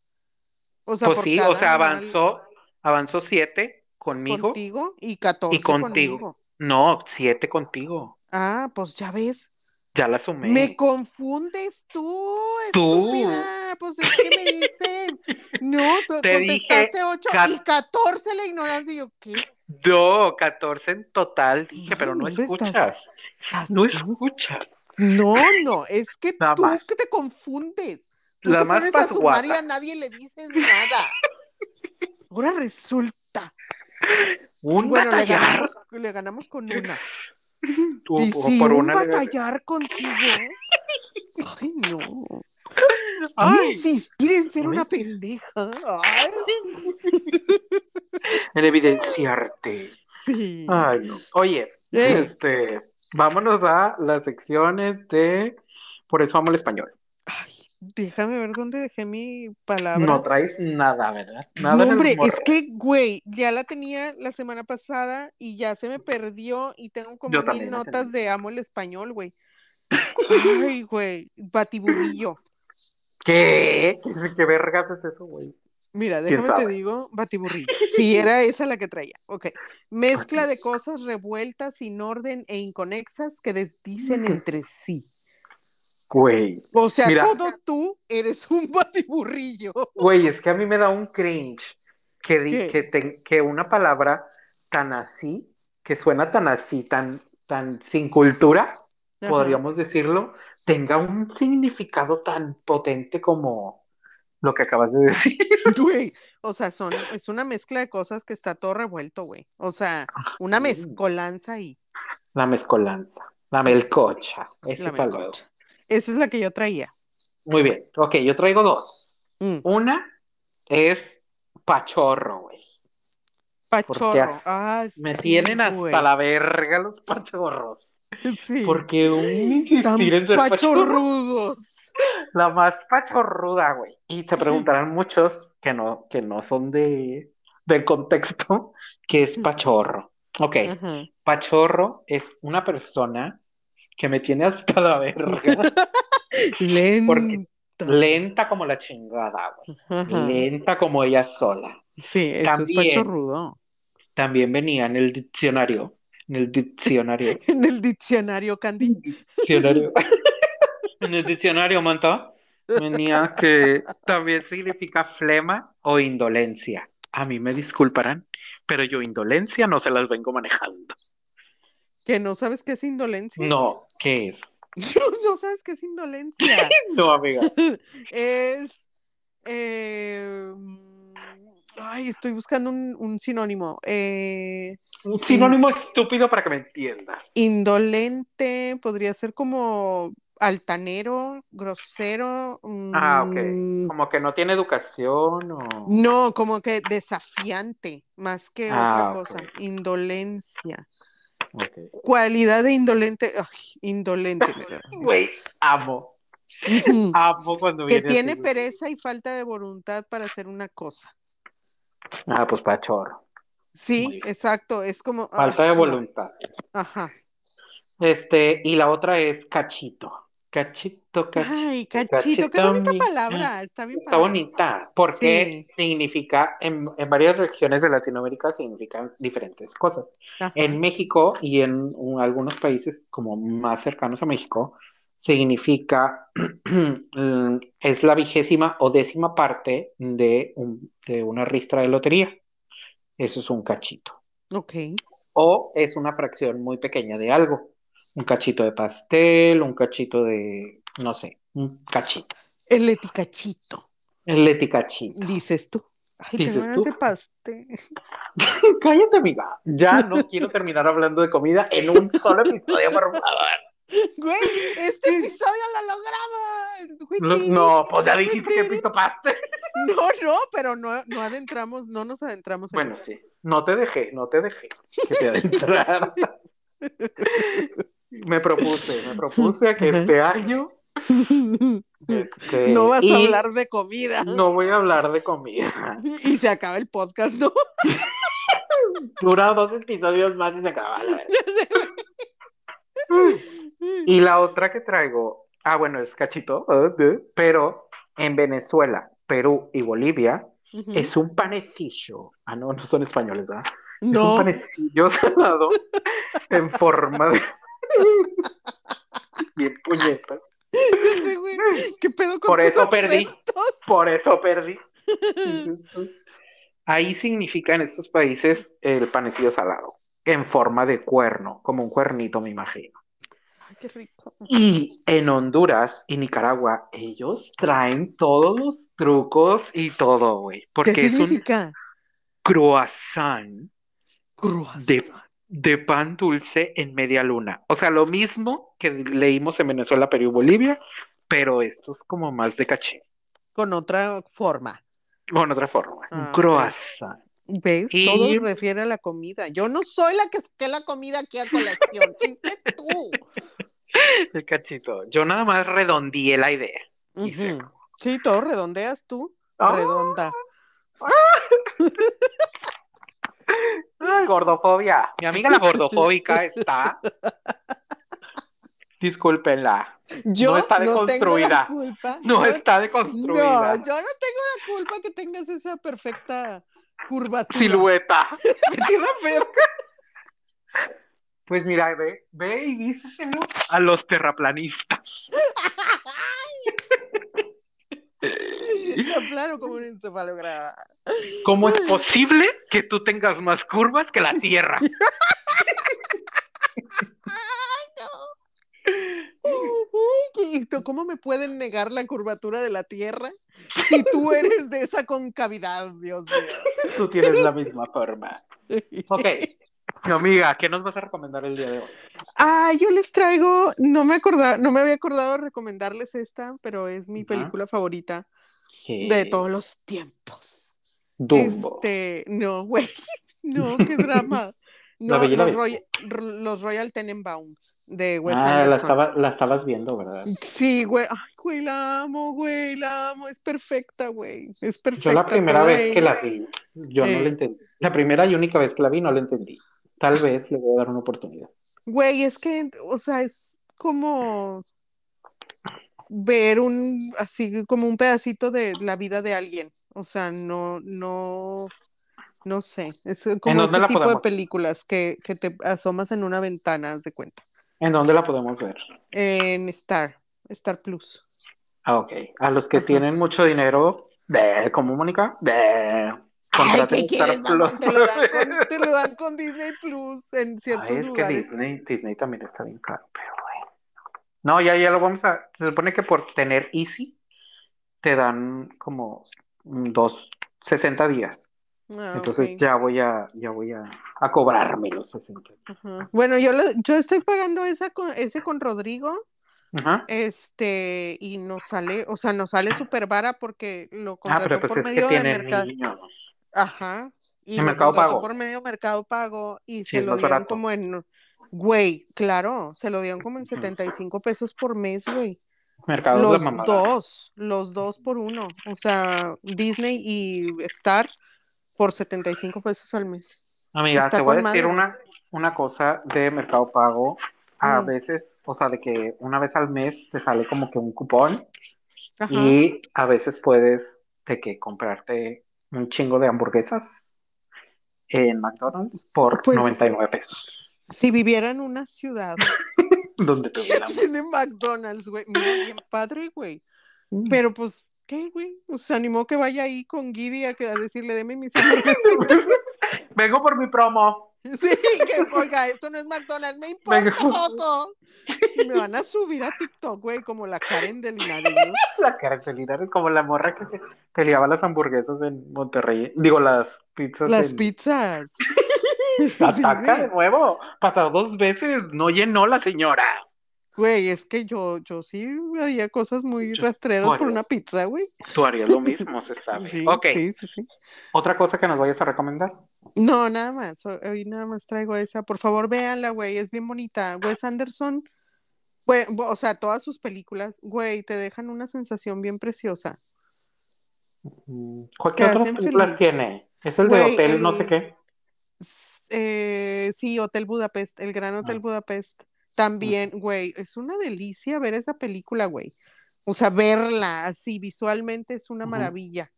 A: o sea,
B: Pues
A: por
B: sí, o
A: cada
B: sea,
A: mal
B: avanzó, avanzó siete conmigo.
A: contigo y 14
B: contigo.
A: conmigo.
B: No, siete contigo.
A: Ah, pues ya ves,
B: Ya la sumé.
A: me confundes tú,
B: Tú.
A: estúpida, pues es que me dices, no, tú
B: Te
A: contestaste 8
B: cat-
A: y 14 la ignorancia, y yo, ¿qué?
B: No, 14 en total, dije,
A: No,
B: pero no
A: hombre, estás-
B: escuchas. No
A: Así.
B: escuchas.
A: No, no, es que
B: Nada
A: tú
B: más.
A: que te confundes. Tú
B: La
A: te
B: más
A: pones a sumar y
B: pasguata.
A: a nadie le dices nada. Ahora resulta.
B: Un
A: bueno, le
B: batallar.
A: ganamos, le ganamos con una.
B: Tú,
A: y
B: por-
A: sí,
B: por
A: un
B: una le-
A: batallar contigo. Ay, no.
B: Ay,
A: No insistir en ser
B: Ay.
A: una pendeja. Ay,
B: en evidenciarte.
A: sí.
B: Ay, no. Oye,
A: Ey.
B: este, vámonos a las secciones de Por eso amo el español.
A: Ay, déjame ver dónde dejé mi palabra.
B: No traes nada, ¿verdad? Nada
A: No,
B: en el
A: hombre,
B: morro.
A: es que, güey, ya la tenía la semana pasada y ya se me perdió y tengo como
B: Yo
A: mil
B: también la
A: notas
B: tenía.
A: de amo el español, güey. Ay, güey, batiburrillo.
B: ¿Qué? ¿Qué, qué vergas es eso, güey?
A: Mira,
B: ¿Quién
A: déjame te
B: sabe?
A: digo, batiburrillo. Sí, era esa la que traía. Ok. Mezcla de cosas revueltas, sin orden e inconexas que desdicen entre sí.
B: Güey.
A: O sea,
B: Mira.
A: todo tú eres un batiburrillo.
B: Güey, es que a mí me da un cringe que, di-
A: ¿Qué?
B: que, te- que una palabra tan así, que suena tan así, tan, tan sin cultura,
A: Ajá.
B: podríamos decirlo, tenga un significado tan potente como lo que acabas de decir.
A: Güey, o sea, son, es una mezcla de cosas que está todo revuelto, güey. O sea, una
B: Ah, sí.
A: mezcolanza ahí.
B: La mezcolanza, la
A: Sí.
B: melcocha, ese
A: La
B: pa' luego.
A: melcocha. Esa es la que yo traía.
B: Muy bien, ok, yo traigo dos.
A: Mm.
B: Una es pachorro, güey.
A: Pachorro.
B: has-
A: Ah,
B: Me
A: sí,
B: tienen
A: güey.
B: hasta la verga los pachorros.
A: Sí.
B: Porque un
A: Tan
B: insistir en ser pachorro,
A: pachorrudos.
B: la más pachorruda, güey. Y te preguntarán muchos que no, que no son de, del contexto, que es pachorro. Ok,
A: Ajá.
B: pachorro es una persona que me tiene hasta la verga,
A: Lenta.
B: lenta como la chingada, güey.
A: Ajá.
B: Lenta como ella sola.
A: Sí, eso
B: También.
A: es pachorrudo.
B: También venía en el diccionario, en el diccionario,
A: En el diccionario, Candy.
B: diccionario. En el diccionario, Manta, venía que también significa flema o indolencia. A mí me disculparán, pero yo indolencia no se las vengo manejando.
A: Que no sabes qué es indolencia.
B: No, ¿qué es?
A: No sabes qué es indolencia.
B: No, amiga.
A: Es. eh, ay, estoy buscando un, un sinónimo. Eh,
B: Un sinónimo estúpido para que me entiendas.
A: indolente podría ser como altanero, grosero.
B: Ah, ok.
A: mm,
B: Como que no tiene educación o...
A: No, como que desafiante, más que otra
B: Ah, ok.
A: cosa. Indolencia.
B: Ok.
A: Cualidad de indolente. ay, indolente. me da.
B: Güey, amo,
A: Ujú.
B: amo cuando
A: que
B: Ah, viene
A: tiene
B: así.
A: pereza y falta de voluntad para hacer una cosa.
B: Ah, pues pachorro. Muy
A: Sí,
B: bien.
A: exacto. Es como. ah,
B: Falta de
A: no.
B: voluntad.
A: Ajá.
B: Este, y la otra es cachito. Cachito, cachito.
A: Ay, cachito, qué bonita
B: mi-
A: palabra. Está bien
B: Está
A: padre.
B: bonita, porque significa, en, en varias regiones de Latinoamérica significan diferentes cosas.
A: Ajá.
B: En México y en un- algunos países como más cercanos a México, significa, mm, es la vigésima o décima parte de, un- de una ristra de lotería. Eso es un cachito.
A: Ok.
B: O es una fracción muy pequeña de algo. Un cachito de pastel, un cachito de, no sé, un cachito.
A: El eticachito,
B: El leticachito.
A: dices tú. Ay,
B: Dices
A: tengo ganas
B: tú.
A: de pastel.
B: Cállate, amiga. Ya no quiero terminar hablando de comida en un solo episodio, por favor.
A: Güey, este episodio lo logramos. Güey,
B: Lo-
A: tiri,
B: No, pues ya dijiste que pito paste.
A: No, no, pero no, no adentramos, no nos adentramos en
B: Bueno,
A: eso.
B: sí. No te dejé, no te dejé que te adentraras. me propuse, me propuse que
A: Ajá.
B: este año. este,
A: No vas a
B: y
A: hablar de comida.
B: No voy a hablar de comida.
A: Y se acaba el podcast, ¿no?
B: Dura dos episodios más y se acaba. la verdad. Y la otra que traigo, ah, bueno, es cachito, ah, de- pero en Venezuela, Perú y Bolivia
A: Ujú.
B: es un panecillo. Ah, no, no son españoles, ¿verdad? Es un
A: no,
B: panecillo salado en forma de. Bien puñeta.
A: ese güey, ¿qué pedo con
B: Por
A: tus
B: eso perdí.
A: acentos?
B: Por eso perdí. Ahí significa en estos países el panecillo salado, en forma de cuerno, como un cuernito, me imagino.
A: Ay, qué rico.
B: Y en Honduras y Nicaragua, ellos traen todos los trucos y todo, güey,
A: ¿Qué
B: porque es un
A: significa?
B: croissant
A: Croissant.
B: de- de pan dulce en media luna. O sea, lo mismo que leímos en Venezuela, Perú y Bolivia, pero esto es como más de caché,
A: Con otra forma.
B: o en otra forma, un
A: Ah, ok.
B: croissant.
A: ¿Ves?
B: Y-
A: Todo refiere a la comida. Yo no soy la que saqué la comida aquí a colección. Fuiste tú.
B: El cachito. Yo nada más redondeé la idea. Y se
A: Ujú. Sí, todo redondeas tú.
B: Ah.
A: Redonda.
B: Ay, gordofobia. Mi amiga la gordofóbica está. Discúlpenla.
A: Yo
B: No está
A: tengo la
B: deconstruida.
A: culpa.
B: No
A: Yo-
B: está
A: No,
B: deconstruida.
A: yo no tengo la culpa que tengas esa perfecta curvatura.
B: Silueta. Vete a la verga. Pues mira, ve, ve y díselo a los terraplanistas.
A: No, claro, como un encefalograma.
B: ¿Cómo es posible que tú tengas más curvas que la Tierra?
A: Uy, esto, ¿Cómo me pueden negar la curvatura de la Tierra si tú eres de esa concavidad, Dios mío?
B: Tú tienes la misma forma. Ok. Mi amiga, ¿qué nos vas a recomendar el día de hoy?
A: Ah, yo les traigo, no me acordaba, no me había acordado de recomendarles esta, pero es mi
B: Ajá.
A: película favorita de todos los tiempos.
B: Dumbo.
A: Este, no, güey, no, qué drama.
B: La
A: No,
B: Bella y la
A: los,
B: Bestia.
A: Roy- los Royal Tenenbaums de Wes
B: Ah, la,
A: pues, Anderson.
B: estaba- la estabas viendo, ¿verdad?
A: Sí, güey, ay, güey, la amo, güey, la amo, es perfecta, güey, es perfecta.
B: Yo la primera
A: toda
B: vez que
A: ella.
B: la vi, yo
A: Eh.
B: no la entendí. La primera y única vez que la vi, no la entendí. Tal vez le voy a dar una oportunidad.
A: Güey, es que, o sea, es como ver un, así como un pedacito de la vida de alguien. O sea, no, no, no sé. Es como
B: dónde
A: ese
B: la
A: tipo de
B: podemos?
A: películas que, que te asomas en una ventana, haz de cuenta.
B: ¿En dónde la podemos ver?
A: En Star, Star Plus.
B: Ah, ok. A los que
A: Ajá.
B: tienen mucho dinero, de, como Mónica, de,
A: Ay,
B: contraten
A: ¿qué quieres,
B: Star
A: mamón?
B: Plus.
A: Te lo dan con, te lo dan con Disney Plus en ciertos
B: Ay, es que
A: lugares.
B: Disney, Disney también está bien caro, pero bueno. No, ya, ya lo vamos a. Se supone que por tener Easy te dan como mm, dos, 60 días.
A: Ah,
B: Entonces
A: ok.
B: ya voy a, ya voy a, a cobrarme los 60.
A: Ajá. Bueno, yo, lo- yo estoy pagando esa con- ese con Rodrigo.
B: Ajá. Ah,
A: Este, y nos sale, o sea, nos sale súper vara porque lo
B: Ah,
A: contrató
B: pero pues
A: por
B: es que
A: medio de
B: tienen
A: mercado,
B: niños.
A: ajá, y
B: En
A: lo
B: Mercado
A: contrató
B: Pago.
A: por medio de Mercado Pago y
B: Sí,
A: se
B: es
A: lo
B: más
A: dieron
B: barato.
A: como en, güey, claro, se lo dieron como en
B: Ujú.
A: 75 pesos por mes, güey.
B: Mercado es
A: Los
B: la mamada.
A: dos, los dos por uno, o sea, Disney y Star por 75 pesos al mes.
B: Amiga,
A: Está
B: te voy a
A: con
B: decir
A: madre.
B: una, una cosa de Mercado Pago. A
A: Mm.
B: veces, o sea, de que una vez al mes te sale como que un cupón
A: Ajá.
B: y a veces puedes de que comprarte un chingo de hamburguesas en McDonald's por
A: Pues-
B: 99 pesos.
A: Si viviera en una ciudad
B: Donde te
A: que tiene McDonald's, güey, mira, bien padre, güey. Pero pues, ¿qué, güey? O sea, animó que vaya ahí con Guidi a, que- a decirle, deme mis hamburguesitas.
B: Vengo por mi promo.
A: Sí, que, oiga, esto no es McDonald's, me importa
B: Vengo.
A: poco. Me van a subir a TikTok, güey, como la Karen del Linares, ¿no?
B: La caracterizar como la morra que se peleaba las hamburguesas en Monterrey. Digo, las pizzas
A: Las
B: en
A: pizzas. Sí,
B: Ataca
A: güey.
B: de nuevo. Pasado dos veces, no llenó la señora.
A: Güey, es que yo, yo sí haría cosas muy
B: Yo-
A: rastreras por
B: bueno.
A: una pizza, güey.
B: Tú harías lo mismo, se sabe.
A: Sí,
B: ok,
A: sí, sí, sí.
B: otra cosa que nos vayas a recomendar.
A: No, nada más. ho- Hoy nada más traigo esa. Por favor, véanla, güey. Es bien bonita. Wes Anderson, güey, bo- o sea, todas sus películas, güey, te dejan una sensación bien preciosa.
B: Mm,
A: Que
B: ¿Qué otras
A: hacen
B: películas
A: feliz.
B: tiene? Es el de
A: Güey,
B: hotel, no
A: el-
B: sé qué.
A: S- eh, sí, Hotel Budapest, el
B: Ah.
A: Gran Hotel Budapest. También, güey, es una delicia ver esa película, güey. O sea, verla así visualmente es una
B: Ujú.
A: maravilla.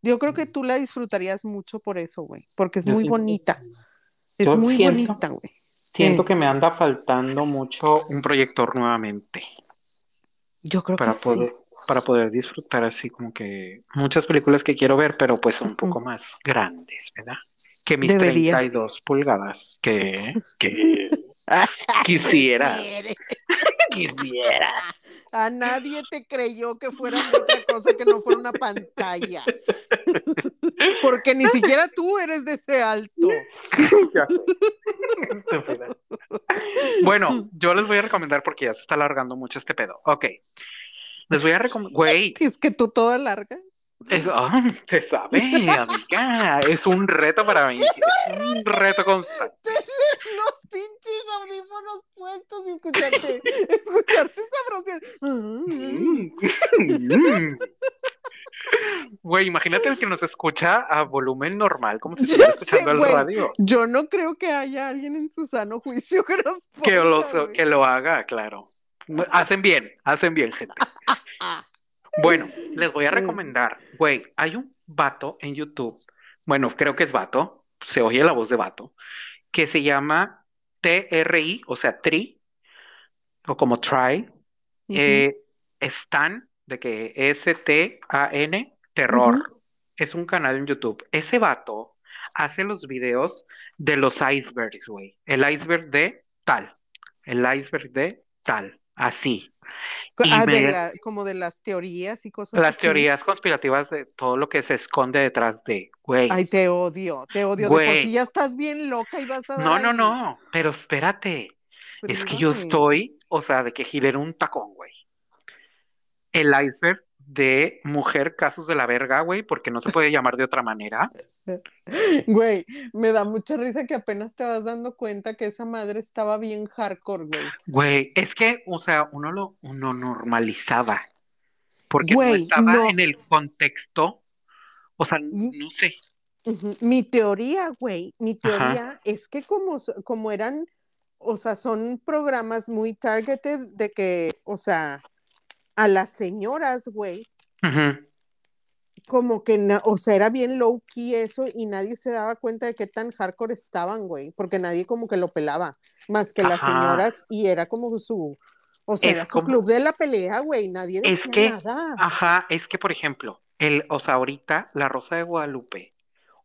A: Yo creo que tú la disfrutarías mucho por eso, güey, porque es
B: Yo
A: muy
B: siento-
A: bonita. Es
B: yo
A: muy
B: siento-
A: bonita, güey.
B: Siento
A: Sí.
B: que me anda faltando mucho un proyector nuevamente
A: Yo creo
B: para
A: que
B: poder,
A: sí.
B: para poder disfrutar así como que muchas películas que quiero ver, pero pues un poco más grandes, ¿verdad? Que mis
A: Deberías.
B: 32 pulgadas que, que quisiera, quisiera.
A: A nadie te creyó que fuera otra cosa que no fuera una pantalla. Porque ni siquiera tú eres de ese alto.
B: Ya sé. Estúpida. Bueno, yo les voy a recomendar porque ya se está alargando mucho este pedo. Ok. Les voy a recomendar. Güey,
A: Es que tú toda larga.
B: es- ah, se sabe, amiga. Es un reto para mí. Es un reto constante.
A: Los pinches audífonos puestos y escucharte, escucharte esa broma.
B: Mm. Mm. Güey, imagínate el que nos escucha a volumen normal, como si estuviera
A: Ya sé,
B: escuchando el
A: güey.
B: radio.
A: Yo no creo que haya alguien en su sano juicio que nos
B: Que lo,
A: ponga, güey.
B: que lo haga, claro. Hacen bien, hacen bien, gente.
A: Ah,
B: Bueno, les voy a
A: Mm.
B: recomendar, güey, hay un vato en YouTube, bueno, creo que es vato, se oye la voz de vato, que se llama TRI, o sea, TRI, o como try, eh, Stan, de que S-T-A-N, terror. Es un canal en YouTube. Ese vato hace los videos de los icebergs, güey. El iceberg de tal, el iceberg de tal, así.
A: Ujú.
B: y
A: Ah, de
B: me-
A: la- como de las teorías y cosas
B: Las
A: así.
B: teorías conspirativas de todo lo que se esconde detrás de, güey.
A: Ay, te odio, te odio. De por
B: Güey.
A: sí ya estás bien loca y vas a dar
B: No, no,
A: ahí.
B: no, pero espérate.
A: Pero
B: Es que yo
A: dale.
B: estoy, o sea, de que giré en un tacón, güey. El iceberg de mujer casos de la verga, güey, porque no se puede llamar de otra manera.
A: Güey, me da mucha risa que apenas te vas dando cuenta que esa madre estaba bien hardcore, güey.
B: Güey, es que, o sea, uno lo uno normalizaba. Porque no
A: Güey,
B: estaba
A: no. Mm.
B: en el contexto. O sea, no sé.
A: Ujú. Mi teoría, güey, mi
B: Ajá.
A: teoría es que como, s- como eran, o sea, son programas muy targeted de que, o sea, a las señoras, güey,
B: Ujú.
A: como que, na- o sea, era bien low key eso y nadie se daba cuenta de qué tan hardcore estaban, güey, porque nadie como que lo pelaba, más que las
B: Ajá.
A: señoras y era como su, o sea,
B: Es
A: era su
B: como-
A: club de la pelea, güey, nadie
B: Es
A: decía
B: que-
A: nada.
B: Ajá, es que, por ejemplo, el, o sea, ahorita la Rosa de Guadalupe,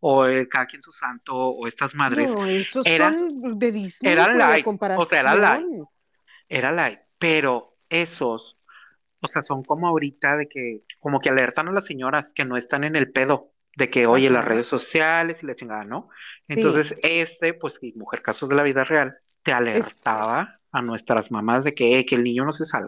B: o el Cada quien su santo, o estas madres,
A: No, esos
B: era-
A: son de Disney,
B: era
A: güey, a
B: light,
A: comparación.
B: o sea, era light. era light, pero esos, o sea, son como ahorita de que, como que alertan a las señoras que no están en el pedo, de que, oye, las
A: Ajá.
B: redes sociales y la chingada, ¿no?
A: Sí.
B: Entonces, ese, pues, y Mujer Casos de la Vida Real, te alertaba a nuestras mamás de que, "Eh, que el niño no se salva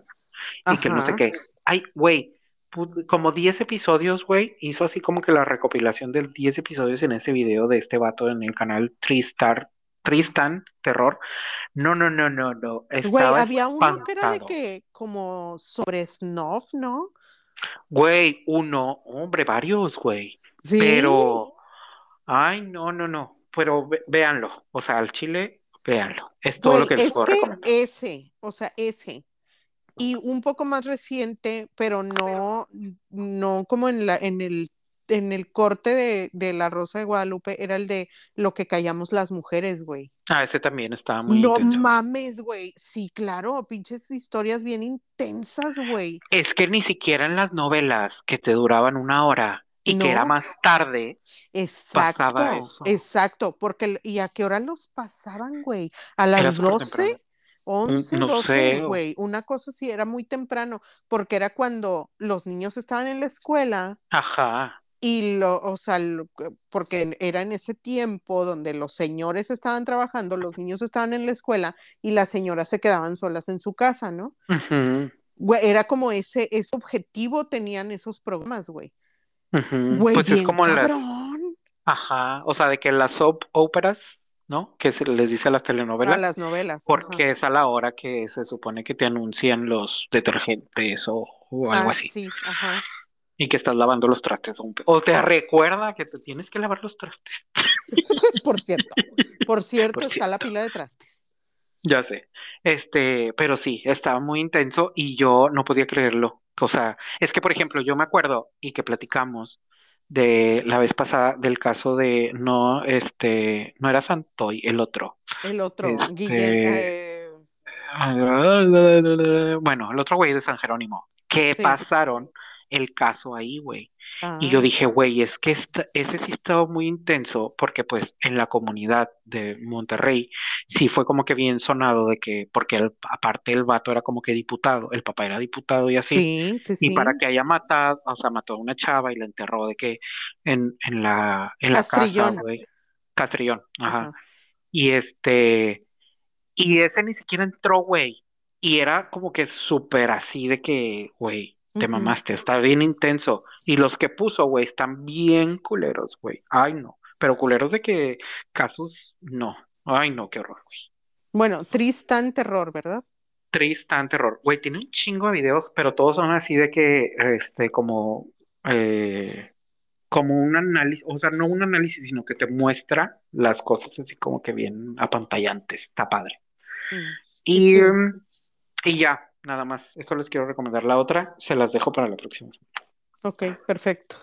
B: y que no sé
A: Ajá.
B: qué. Ay, güey, pu- como 10 episodios, güey, hizo así como que la recopilación de 10 episodios en ese video de este vato en el canal Tristar, Tristan Terror. No, no, no, no, no.
A: Güey,
B: Estaba
A: había uno que era de
B: espantado.
A: que como sobre snuff, ¿no?
B: Güey, uno, hombre, varios, güey.
A: Sí.
B: Pero, ay, no, no, no. Pero ve- véanlo. O sea, al chile, véanlo. Es todo
A: Güey,
B: lo que les
A: es
B: puedo
A: que
B: recomendar.
A: ese, o sea, ese. Y un poco más reciente, pero no, no como en la, en el, en el corte de, de La Rosa de Guadalupe, era el de lo que callamos las mujeres, güey.
B: Ah, ese también estaba muy
A: No
B: intenso.
A: mames, güey. Sí, claro, pinches historias bien intensas, güey.
B: Es que ni siquiera en las novelas que te duraban una hora y
A: No.
B: que era más tarde. Pasaba
A: Exacto,
B: eso.
A: exacto, porque el- ¿y a qué hora los pasaban, güey? A las
B: Era súper
A: 12,
B: temprano.
A: 11,
B: no
A: 12,
B: sé.
A: güey, una cosa sí, era muy temprano, porque era cuando los niños estaban en la escuela
B: Ajá.
A: y lo, o sea, lo- porque era en ese tiempo donde los señores estaban trabajando, los niños estaban en la escuela y las señoras se quedaban solas en su casa, ¿no?
B: Ujú,
A: Güey, era como ese, ese objetivo tenían esos programas, güey.
B: ujú.
A: Güey,
B: Pues es
A: bien
B: como las.
A: cabrón.
B: Ajá. O sea, de que las soap óperas, ¿no? Que se les dice a
A: A
B: las telenovelas.
A: las novelas. ajá.
B: Porque es a la hora que se supone que te anuncian los detergentes o, o algo
A: Ah,
B: así.
A: sí, ajá.
B: Y que estás lavando los trastes. O, un pe- o te recuerda que te tienes que lavar los trastes.
A: Por cierto, por cierto,
B: Por
A: está la pila de trastes.
B: Ya sé. Este, pero sí, estaba muy intenso y yo no podía creerlo. O sea, es que, por ejemplo, yo me acuerdo y que platicamos de la vez pasada del caso de no, este, no era Santoy, el otro.
A: El otro,
B: Este-
A: Guillén, eh,
B: Bueno, el otro güey de San Jerónimo. Que
A: Sí.
B: pasaron el caso ahí, güey. Y yo
A: ah,
B: dije, güey, es que esta- ese sí estaba muy intenso porque pues en la comunidad de Monterrey sí fue como que bien sonado de que, porque el- aparte el vato era como que diputado, el papá era diputado y así.
A: sí, sí,
B: Y
A: sí.
B: para que haya matado, o sea, mató a una chava y la enterró de que en, en la, en la casa,
A: Castrillón.
B: güey. Castrillón, ajá.
A: Ajá.
B: Y este, y ese ni siquiera entró, güey. Y era como que súper así de que, güey, te
A: Ujú.
B: mamaste, está bien intenso. Y los que puso, güey, están bien culeros, güey. Ay, no. Pero culeros de que casos, no. Ay, no, qué horror, güey.
A: Bueno, Tristan Terror, ¿verdad?
B: Tristan terror. Güey, tiene un chingo de videos, pero todos son así de que, este, como, eh, como un análisis, o sea, no un análisis, sino que te muestra las cosas así como que bien apantallantes. Está padre.
A: Mm.
B: Y,
A: Sí.
B: em, y ya, nada más. Eso les quiero recomendar. La otra se las dejo para la próxima.
A: Ok, perfecto.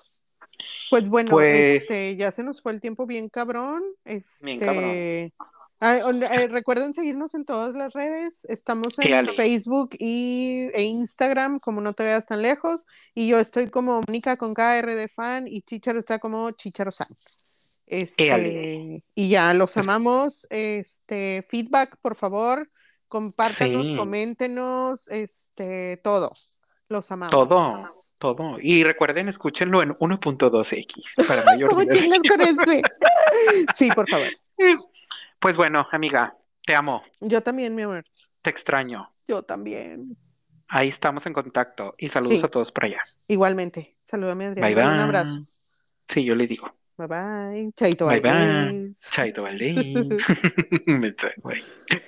A: Pues bueno,
B: Pues-
A: este, ya se nos fue el tiempo bien cabrón. Este,
B: Bien cabrón.
A: ah, on- eh, recuerden seguirnos en todas las redes. Estamos en
B: Sí, Ale.
A: Facebook y, e Instagram, como no te veas tan lejos. Y yo estoy como Mónica con KR de fan y Chicharo está como Chicharo San. Este,
B: Éale.
A: y ya los amamos. Este, feedback, por favor, compártanos,
B: Sí.
A: coméntenos, este, todo. Los amamos.
B: Todo, todo. Y recuerden, escúchenlo en 1.2x para mayor
A: ¿Cómo chingas
B: diversión.
A: con ese? Sí, por favor.
B: Pues bueno, amiga, te amo,
A: Yo también, mi amor.
B: te extraño.
A: Yo también.
B: Ahí estamos en contacto y saludos
A: Sí.
B: a todos por allá.
A: Igualmente. Salúdame, Adrián.
B: Bye,
A: Dale
B: bye.
A: Un abrazo.
B: Sí, yo le digo.
A: Bye bye. Chaito,
B: Bye, bye.
A: Valdés.
B: Chaito, Valdés. Me trae, güey.